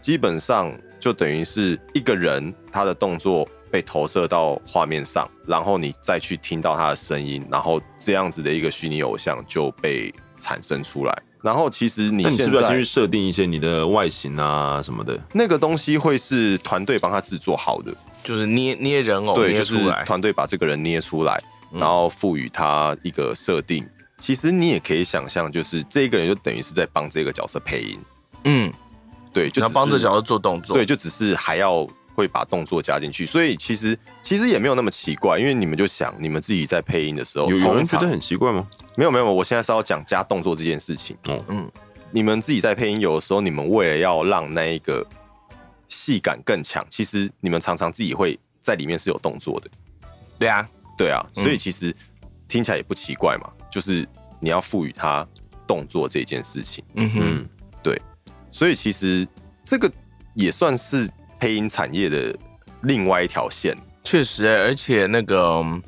D: 基本上就等于是一个人他的动作被投射到画面上，然后你再去听到他的声音，然后这样子的一个虚拟偶像就被产生出来。然后其实你
C: 那你是
D: 现
C: 不是要
D: 在
C: 先去设定一些你的外形啊什么的？
D: 那个东西会是团队帮他制作好的，
E: 就是捏捏人偶
D: 对，
E: 哦捏
D: 就是
E: 出来，
D: 团队把这个人捏出来，
E: 嗯
D: 然后赋予他一个设定。其实你也可以想象，就是这个人就等于是在帮这个角色配音，
E: 嗯，
D: 对，就只
E: 然后
D: 是
E: 帮着角色做动作，
D: 对，就只是还要会把动作加进去，所以其实其实也没有那么奇怪，因为你们就想你们自己在配音的时候，
C: 有有
D: 哦通
C: 人觉
D: 常
C: 得很奇怪吗？
D: 没有没有，我现在是要讲加动作这件事情。
C: 哦
E: 嗯
D: 嗯，你们自己在配音有的时候，你们为了要让那一个戏感更强，其实你们常常自己会在里面是有动作的。
E: 对啊，
D: 对啊，
E: 嗯
D: 所以其实听起来也不奇怪嘛，就是你要赋予它动作这件事情。
E: 嗯哼，
C: 嗯，
D: 所以其实这个也算是配音产业的另外一条线。
E: 确实、欸，而且那个嗯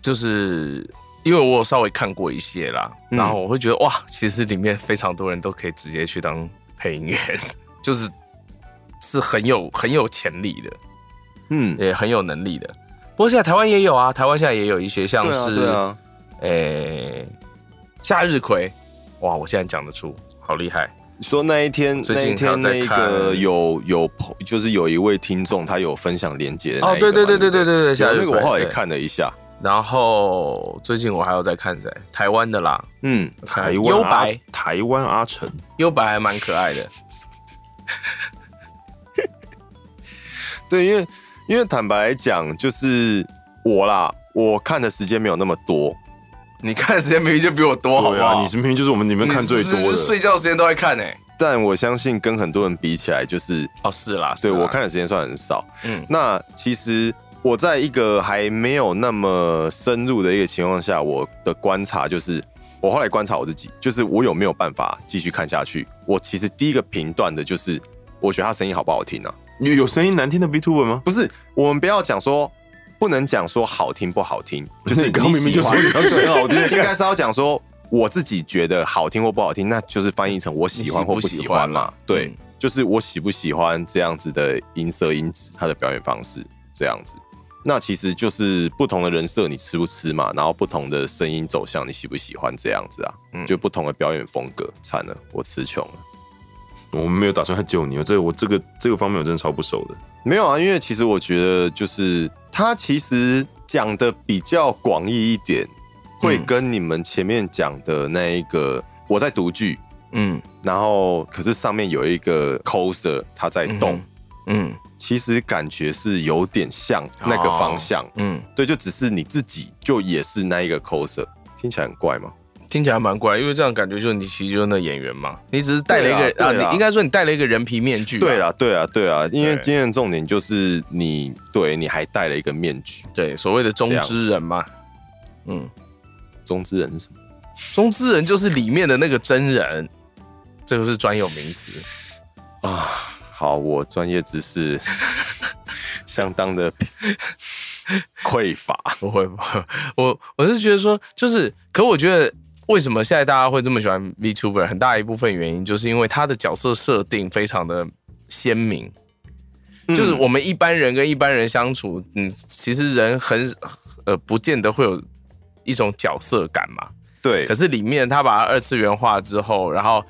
E: 就是因为我有稍微看过一些啦，
D: 嗯
E: 然后我会觉得哇，其实里面非常多人都可以直接去当配音员， 就是是很有很有潜力的，
D: 嗯，
E: 也很有能力的。不过现在台湾也有啊，台湾现在也有一些像
D: 对啊，
E: 是
D: 对啊，
E: 诶、夏日葵，哇，我现在讲得出，好厉害。
D: 你说那一天，
E: 最
D: 那一
E: 近还有
D: 天那
E: 在
D: 一
E: 看
D: 个有有朋，就是有一位听众他有分享连接的
E: 哦
D: 那一个嘛
E: 对对对
D: 不
E: 对对对夏日
D: 有那个我
E: 葵
D: 后来也
E: 对
D: 看了一下，
E: 然后最近我还有在看谁，台湾的啦，
D: 嗯，
C: 台湾
E: 优
C: 阿
E: 哎白，
C: 台湾阿成，
E: 优白还蛮可爱的，
D: 对，因为因为坦白来讲，就是我啦，我看的时间没有那么多，
E: 你看的时间明明就比我多，哦好
C: 对
E: 不
C: 啊，
E: 好？
C: 你是明明就是我们里面看最多
E: 你是不是
C: 的，
E: 睡觉时间都在看诶、
D: 但我相信跟很多人比起来，就是
E: 哦，是啦，
D: 对
E: 是啦
D: 我，看的时间算很少。
E: 嗯
D: 那其实我在一个还没有那么深入的一个情况下，我的观察就是，我后来观察我自己，就是我有没有办法继续看下去。我其实第一个评断的就是，我觉得他声音好不好听啊？
C: 有有声音难听的 B Two 吗？
D: 不是，我们不要讲说，不能讲说好听不好听，就是
C: 你刚刚
D: 你
C: 明明
D: 喜
C: 就
D: 欢
C: 说你要声好听，
D: 应该是要讲说我自己觉得好听或不好听，那就是翻译成我喜欢或不喜欢嘛。嗯
E: 你喜不喜欢
D: 对，就是我喜不喜欢这样子的音色、音质，它的表演方式这样子。那其实就是不同的人设，你吃不吃嘛？然后不同的声音走向，你喜不喜欢这样子啊？
E: 嗯
D: 就不同的表演风格，惨了，我词穷了。
C: 我们没有打算要救你，这我这个这个方面我真的超不熟的。
D: 没有啊，因为其实我觉得就是他其实讲的比较广义一点，会
E: 嗯
D: 跟你们前面讲的那一个、我在读剧，
E: 嗯
D: 然后可是上面有一个 coser 他在动，
E: 嗯
D: 其实感觉是有点像那个方向，
E: 嗯，
D: 对，就只是你自己就也是那一个 coser，听起来很怪吗？
E: 听起来蛮怪，因为这样感觉就是你其实就是那演员嘛，你只是戴了一
D: 对
E: 个
C: 啊
D: 啦
E: 啊
D: 对啦
E: 你应该说你戴了一个人皮面具，
D: 对
E: 了，
D: 啦，对啦，对啦，因为
E: 啊对
D: 今天的重点就是你对你还戴了一个面具，
E: 对，所谓的中之人嘛，嗯，
D: 中之人是什么？
E: 中之人就是里面的那个真人，这个是专有名词，
D: 啊，好，我专业知识 相当的匮乏。
E: 不会，不会，我我是觉得说，就是，可我觉得为什么现在大家会这么喜欢 VTuber，很大一部分原因就是因为他的角色设定非常的鲜明，
D: 嗯
E: 就是我们一般人跟一般人相处，嗯，其实人很呃，不见得会有一种角色感嘛。
D: 对
E: 可，是里面他把它二次元化之后，然后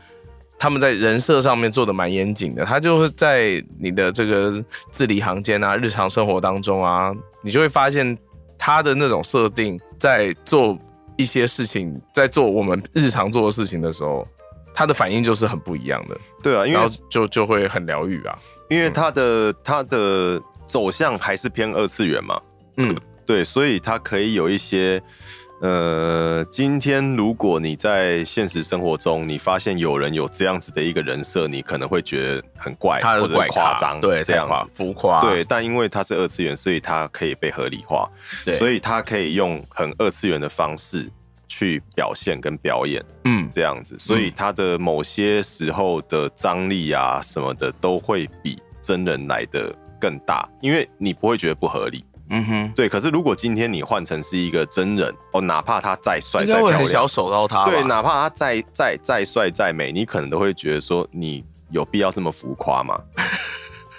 E: 他们在人设上面做的蛮严谨的，他就是在你的这个字里行间啊、日常生活当中啊，你就会发现他的那种设定在做一些事情，在做我们日常做的事情的时候，他的反应就是很不一样的，
D: 对啊，因为
E: 然后就就会很疗愈啊。
D: 因为它的它的走向还是偏二次元嘛，
E: 嗯，
D: 对，所以它可以有一些呃，今天如果你在现实生活中，你发现有人有这样子的一个人设，你可能会觉得很怪
E: 他
D: 哎或
E: 的
D: 者
E: 怪
D: 是
E: 咖
D: 夸张，
E: 对，
D: 这样
E: 太夸
D: 子。
E: 浮夸，
D: 对，但因为它是二次元，所以它可以被合理化，
E: 对，
D: 所
E: 以
D: 以它可以用很二次元的方式去表现跟表演
E: 嗯，
D: 这样子，所以它的某些时候的张力啊什么的都会比真人来的更大，因为你不会觉得不合理。
E: 嗯哼，
D: 对，可是如果今天你换成是一个真人哦，哪怕他再帅
E: 应
D: 再
E: 该
D: 漂
E: 会很
D: 亮
E: 想，手到他吧？
D: 对，哪怕他再再再帅再美，你可能都会觉得说你有必要这么浮夸 吗？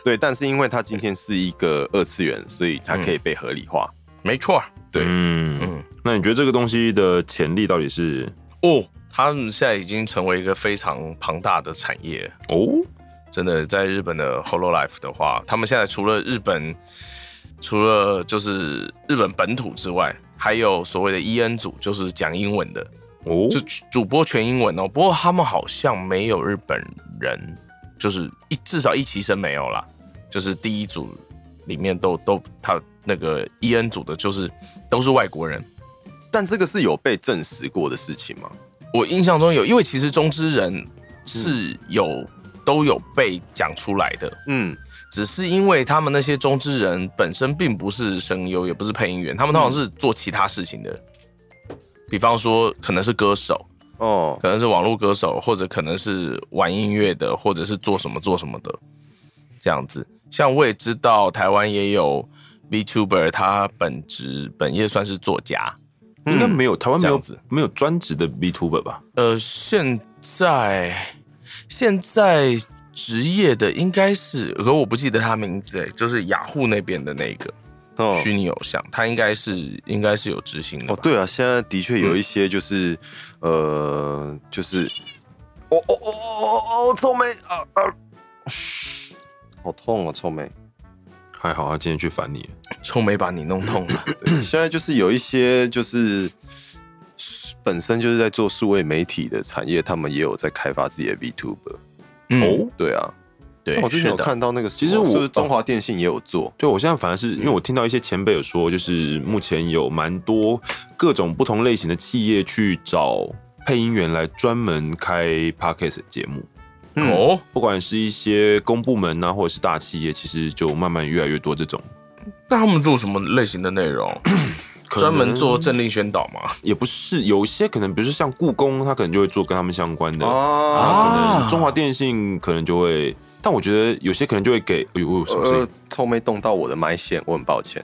D: 对，但是因为他今天是一个二次元，所以它可以被合理化。
E: 没错儿，
D: 对
C: 嗯，
E: 嗯，
C: 那你觉得这个东西的潜力到底是
E: 哦，他们现在已经成为一个非常庞大的产业。
C: 哦？
E: 真的，在日本的 Hololive 的话，他们现在除了日本，除了就是日本本土之外，还有所谓的 EN 组，就是讲英文的，
C: 哦，
E: 就主播全英文哦。不过他们好像没有日本人，就是一至少一期生没有啦。就是第一组里面都都他那个 EN 组的，就是都是外国人。
D: 但这个是有被证实过的事情吗？
E: 我印象中有，因为其实中之人是有、都有被讲出来的，
D: 嗯，
E: 只是因为他们那些中之人本身并不是声优，也不是配音员，他们通常是做其他事情的，比方说可能是歌手，
D: 哦，
E: 可能是网络歌手，或者可能是玩音乐的，或者是做什么做什么的这样子。像我也知道台湾也有 VTuber，他本职本业算是作家，
C: 应该没有，台湾没
E: 这
C: 有
E: 样子
C: 没有专职的 VTuber 吧？
E: 呃，现在现在职业的应该是，可我不记得他名字哎，就是雅虎那边的那个。
D: 哦，
E: 虚拟偶像，他应该是应该是有执行的吧
D: 哦，，对了，现在的确有一些就是，呃，就是，哦哦哦哦哦哦，臭美啊啊，好痛啊，臭美。
C: 还好他今天去烦你，
E: 臭美把你弄 痛了。
D: 对，现在就是有一些就是本身就是在做数位媒体的产业，他们也有在开发自己的 VTuber。
C: 哦
E: 嗯，
D: 对啊，
E: 对，
D: 我之前有
E: 是的
D: 看到那个什么，
C: 其实我
D: 是不是中华电信也有做？
C: 对我现在反而是因为我听到一些前辈有说，就是目前有蛮多各种不同类型的企业去找配音员来专门开 podcast 节目，
D: 嗯
E: 哦，
C: 不管是一些公部门呐、或者是大企业，其实就慢慢越来越多这种。
E: 那他们做什么类型的内容？
C: 可能
E: 专门做政令宣导吗？
C: 也不是，有一些可能，比如说像故宫，他可能就会做跟他们相关的。
D: 啊，
C: 可能中华电信可能就会，但我觉得有些可能就会给，哎呦，我有什么声
D: 呃
C: 音？，
D: 臭妹动到我的麦线，我很抱歉，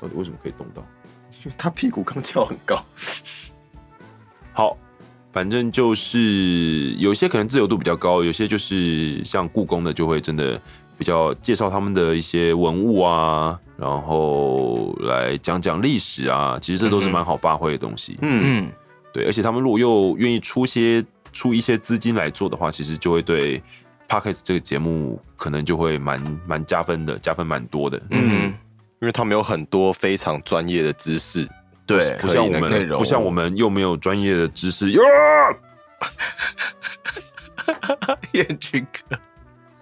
C: 到底为什么可以动到？
D: 因为她屁股刚翘很高。
C: 好，反正就是有些可能自由度比较高，有些就是像故宫的就会真的比较介绍他们的一些文物啊，然后来讲讲历史啊，其实这都是蛮好发挥的东西。
D: 嗯，
E: 嗯，
C: 对，而且他们如果又愿意出些出一些资金来做的话，其实就会对 p o d c a s t 这个节目可能就会蛮蛮加分的，加分蛮多的。
E: 嗯，
D: 因为他们有很多非常专业的知识。
E: 对，
C: 不像我
E: 内
C: 们，
E: 容
C: 不像我们又没有专业的知识，哟，
E: 彦君哥，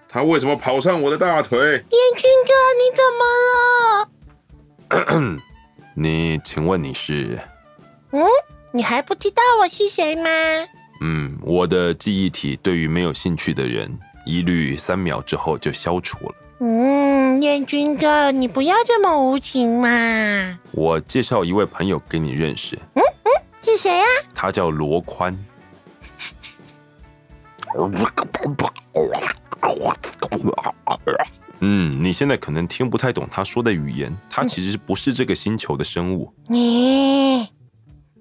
C: 他为什么跑上我的大腿？
F: 彦君哥，你怎么了？
C: 你，请问你是？
F: 你还不知道我是谁吗？
C: 嗯，我的记忆体对于没有兴趣的人，一律三秒之后就消除了。
F: 嗯，彦君哥，你不要这么无情嘛！
C: 我介绍一位朋友给你认识，
F: 是谁啊？
C: 他叫罗宽。嗯，你现在可能听不太懂他说的语言，他其实不是这个星球的生物。
F: 你，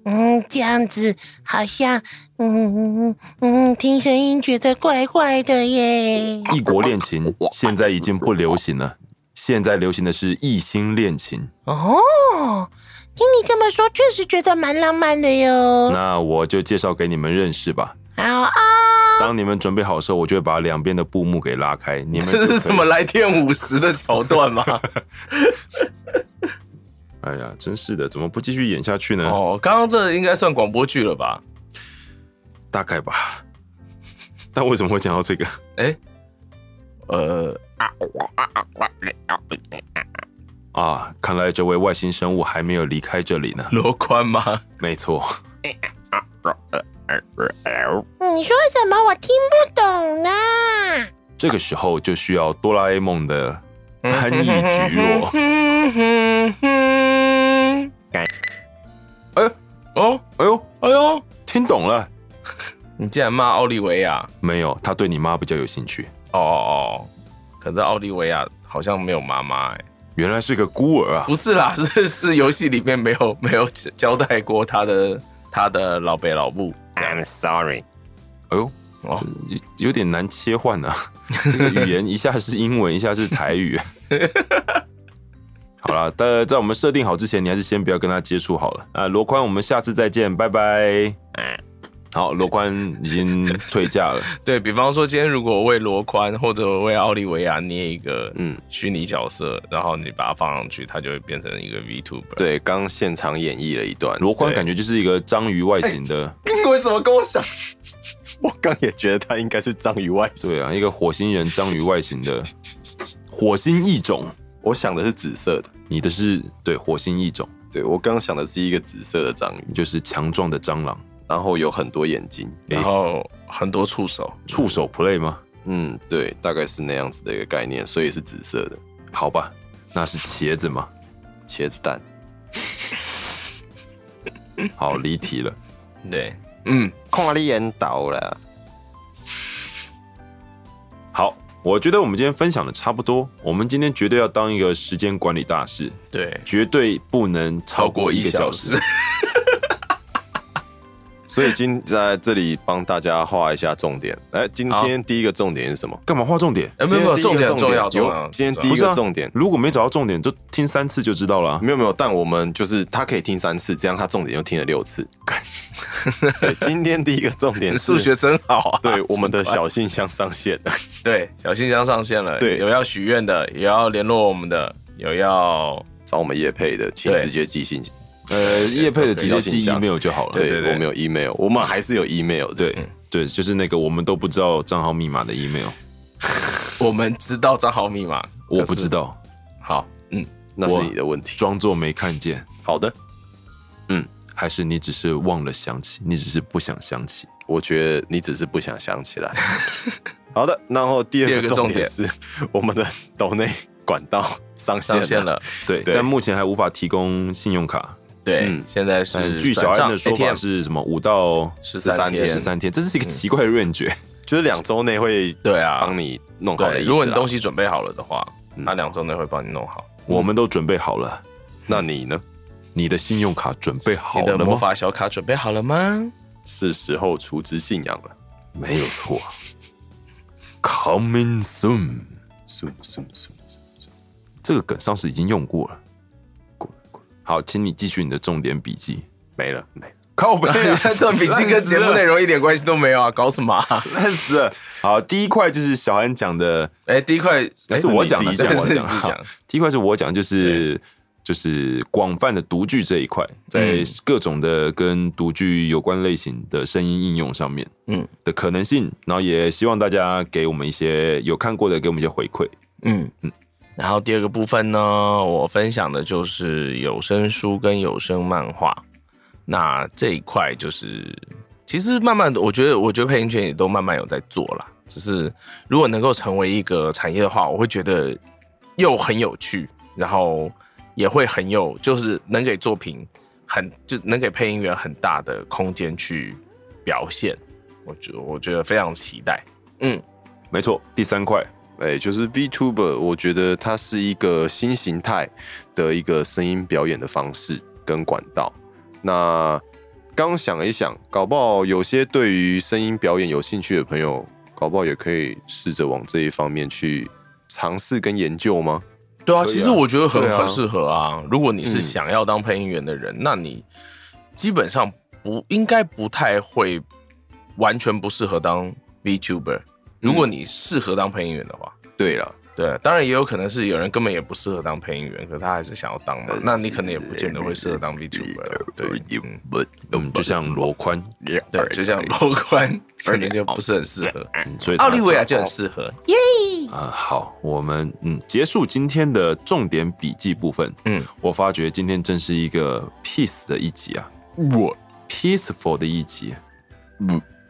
F: 嗯，这样子好像，嗯嗯嗯，听声音觉得怪怪的耶。
C: 异国恋情现在已经不流行了，现在流行的是异星恋情。
F: 哦，听你这么说，确实觉得蛮浪漫的哟。
C: 那我就介绍给你们认识吧。
F: 好啊，
C: 当你们准备好的时候，我就会把两边的布幕给拉开。你们就是
E: 这
C: 可以
E: 什么？来电五十的桥 段吗？
C: 哎呀，真是的，怎么不继续演下去呢？
E: 哦，刚刚这应该算广播剧了吧？
C: 大概吧。 但为什么会讲到这个？
E: 哎，呃，
C: 啊，看来这位外星生物还没有离开这里呢。
E: 罗宽吗？
C: 没错，
F: 嗯你说什么？我听不懂啦。
C: 这个时候就需要哆啦 A 梦的翻译菊若。
E: 嗯哼哼哼，
C: 哎
E: 哦，
C: 哎呦，
E: 哎你竟然骂奥利维亚？
C: 没有，他对你妈比较有兴趣。
E: 哦哦哦，可是奥利维亚好像没有妈妈哎、
C: 原来是个孤儿啊！
E: 不是啦，是是游戏里面没有没有交代过他的他的老北老母
D: I'm sorry，
C: 哎呦，
E: 哦，
C: 有有点难切换啊。 这个语言一下是英文，一下是台语。 好了，但在我们设定好之前，你还是先不要跟他接触好了。啊，罗宽，我们下次再见，拜拜。好，罗宽已 经退价了。
E: 对比方说，今天如果我为罗宽或者我为奥利维亚捏一个嗯
D: 嗯
E: 虚拟角色，然后你把它放上去，它就会变成一个 VTuber。，
D: 对，刚现场演绎了一段。
C: 罗宽
E: 对哎
C: 感觉就是一个章鱼外形的，
D: 为什么跟我想？ 我刚也觉得他应该是章鱼外形，
C: 对啊，一个火星人章鱼外形的火星异种。
D: 我想的是紫色的。
C: 你的是对火星异种，
D: 对我刚想的是一个紫色的章鱼，
C: 就是强壮的蟑螂，
D: 然后有很多眼睛。
E: 然后很多触手，
C: 触手 play 吗？
D: 嗯，对，大概是那样子的一个概念，所以是紫色的
C: 好吧，那是茄子嘛。
D: 茄子蛋。
C: 好，离题了。
E: 对，嗯，
D: 看你眼倒了，
C: 好，我觉得我们今天分享的差不多。我们今天绝对要当一个时间管理大师，
E: 对，
C: 绝对不能超过一个小时。
D: 所以今在这里帮大家画一下重点。哎，今
E: 好
D: 今天第一个重点是什么？
C: 干嘛划重点？
E: 哎，没有没有，
D: 今
E: 重
D: 天第一个
E: 点很重要，重
D: 有
E: 要。
D: 今天第一
E: 重要
C: 不是啊
D: 个重点。
C: 如果没找到重点，就听三次就知道了啊、
D: 没有没有，但我们就是他可以听三次，这样他重点就听了六次。对，今天第一个重点是
E: 数学，真好啊！
D: 对我们的小信箱上线了。
E: 对，小信箱上线了，
D: 对
E: 有要许愿的，有要联络我们的，有要
D: 找我们叶配的，请
E: 对
D: 直接寄信。
C: 呃，叶配的直接寄
D: 对小
C: email 就好了。
D: 对
E: 对对
D: 我们有 email，我们还是有 email 的。
C: 对对，就是那个我们都不知道账号密码的 email，
E: 我们知道账号 密码，
C: 我不
E: 可是
C: 知。道，
E: 好，嗯，
D: 那是你的问题。
C: 装作没看见，
D: 好的，
C: 还是你只是忘了想起，你只是不想想起。
D: 我觉得你只是不想想起来。 好的，然后第
E: 第
D: 二
E: 二
D: 个
E: 个重
D: 重
E: 点
D: 点是我们的岛内管道上线
E: 上
D: 了。
E: 线了。
C: 对，
D: 对
C: 但目前还无法提供信用卡。
E: 对，
D: 嗯
E: 现在是
C: 但据小安的说法
E: ATM
C: 是什么？五到
E: 13
D: 天
C: 十三天，嗯这是一个奇怪的 range，欸、
D: 就是两周内会
E: 对啊
D: 帮你弄好的
E: 对，
D: 意思啦。啊
E: 如果你东西准备好了的话，
D: 嗯
E: 他两周内会帮你弄好。
C: 我们都准备好了，
D: 那你呢？
C: 你的信用卡准备好
E: 你的
C: 了
E: 魔
C: 吗？
E: 法小卡准备好了吗？
D: 是时候除之信仰了。
C: 没有错，Coming soon，
D: 是是是是，
C: 这个梗上次已经用过了。好，请你继续你的重点笔记。
D: 没了没了。
C: 靠背、啊，
E: 这笔记跟节目内容一点关系都没有啊，搞什么、啊？
C: 烂死了。好，第一块就是小安讲的，
E: 哎、第一块，哎、
C: 那是我讲的，
D: 你
C: 是
D: 自己
C: 我
E: 是
C: 讲
E: 你自己
C: 的
E: 讲。
C: 第一块是我讲，就是就是广泛的独具这一块，在
E: 嗯
C: 各种的跟独具有关类型的声音应用上面，
E: 嗯
C: 嗯的可能性，然后也希望大家给我们一些有看过的，给我们一些回馈。
E: 嗯嗯。然后第二个部分呢，我分享的就是有声书跟有声漫画。那这一块就是，其实慢慢的，我觉得，我觉得配音圈也都慢慢有在做啦。只是如果能够成为一个产业的话，我会觉得又很有趣，然后也会很有，就是能给作品很，就能给配音员很大的空间去表现。我觉我觉得非常期待。嗯，
C: 没错，第三块，
D: 哎、就是 VTuber，我觉得它是一个新形态的一个声音表演的方式跟管道。那刚想了一想，搞不好有些对于声音表演有兴趣的朋友，搞不好也可以试着往这一方面去尝试跟研究吗？
E: 对啊，
C: 可以啊
E: 其实我觉得很、
D: 对啊
E: 很适合啊。如果你是
D: 嗯
E: 想要当配音员的人，那你基本上不应该不太会，完全不适合当 VTuber。如果你适合当配音员的话，
D: 对了，
E: 对，啊当然也有可能是有人根本也不适合当配音员，可是他还是想要当
D: 呃
C: 哎
E: 嘛。哦那你可能也不见得会适合当 VTuber。对，嗯
C: 嗯，就像罗宽，
E: 对，就像罗宽可能就不是很适合，
C: 嗯所以他
E: 奥利维亚就很适合。
C: 啊、好，我们嗯结束今天的重点笔记部分。
E: 嗯，
C: 我发觉今天真是一个 peace 的一集啊，
D: 我
C: peaceful 的一集。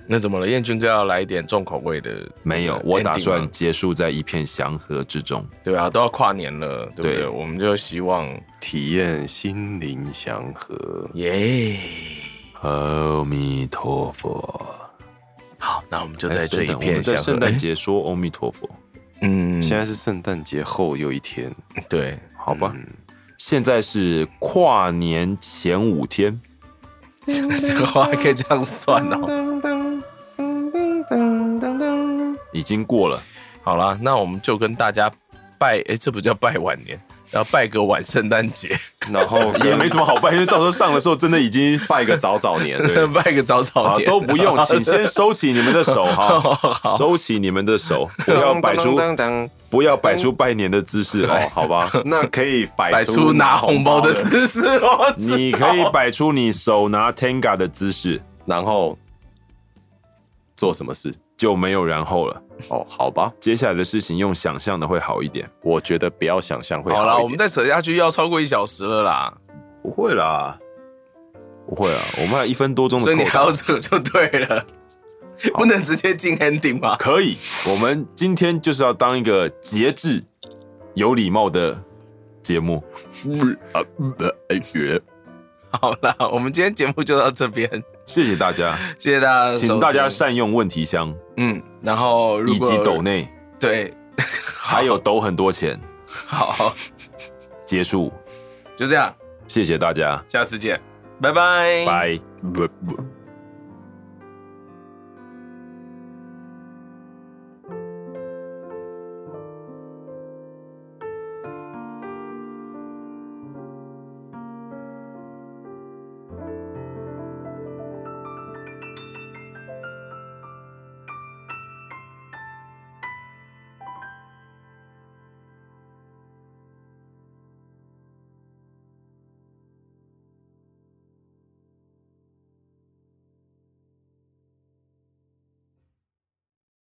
E: 那怎么了？燕君就要来一点重口味的？
C: 没有
E: 呃，
C: 我
E: ending
C: 打
E: 吗
C: 算结束在一片祥和之中。
E: 对啊，都要跨年了，对不对？
C: 对
E: 我们就希望
D: 体验心灵祥和。
E: 耶
C: 阿弥陀佛。
E: 好，那我们就
C: 哎
E: 在这
C: 等
E: 一
C: 等我
E: 片
C: 们在
E: 相
C: 圣
E: 合。
C: 诞
E: 哎
C: 节说阿弥陀佛，
E: 嗯，
D: 现在是圣诞节后又一天，
E: 对，
C: 好吧？现在是跨年前五天，
E: 这个话还可以这样算哦。
C: 已经过了。
E: 好啦，那我们就跟大家拜，哎、这不叫拜晚年，然后拜个晚圣诞节，
D: 然后
C: 也没什么好拜，因为到时候上的时候真的已经
D: 拜个早早年，对
E: 拜个早早
C: 啊
E: 点，
C: 都不 用，请先收起你们的手哈
E: 好，
C: 收起你们的 手，不要摆出不要摆出拜年的姿
E: 哎
C: 势
D: 哦，
C: 来。
D: 好吧，那可以摆
E: 摆出拿红包的
D: 事，
E: 姿 势哦。知道
C: 你可以摆出你手拿 Tenga 的姿势，
D: 然后做什么事？
C: 就没有然后了。
D: 哦，好吧，
C: 接下来的事情用想象的会好一点，
D: 我觉得不要想象会
E: 好
D: 了
E: 啦，，我们再扯下去要超过一小时了啦，
C: 不会啦，不会啊，我们还有一分多钟的
E: 所
C: 扣打，
E: 以你还要扯就对了， 不能直接进 ending 吧？
C: 可以，我们今天就是要当一个节制、有礼貌的节目。
E: 好啦，我们今天节目就到这边，
C: 谢谢大家，
E: 谢谢大家的 收听，
C: 请大家善用问题箱
E: 嗯，然后如
C: 以
E: 果
C: 及抖内，
E: 对，
C: 还有抖很多钱。
E: 好，
C: 结束，
E: 就这样，
C: 谢谢大家，
E: 下次见，拜拜，
C: 拜。
D: 不不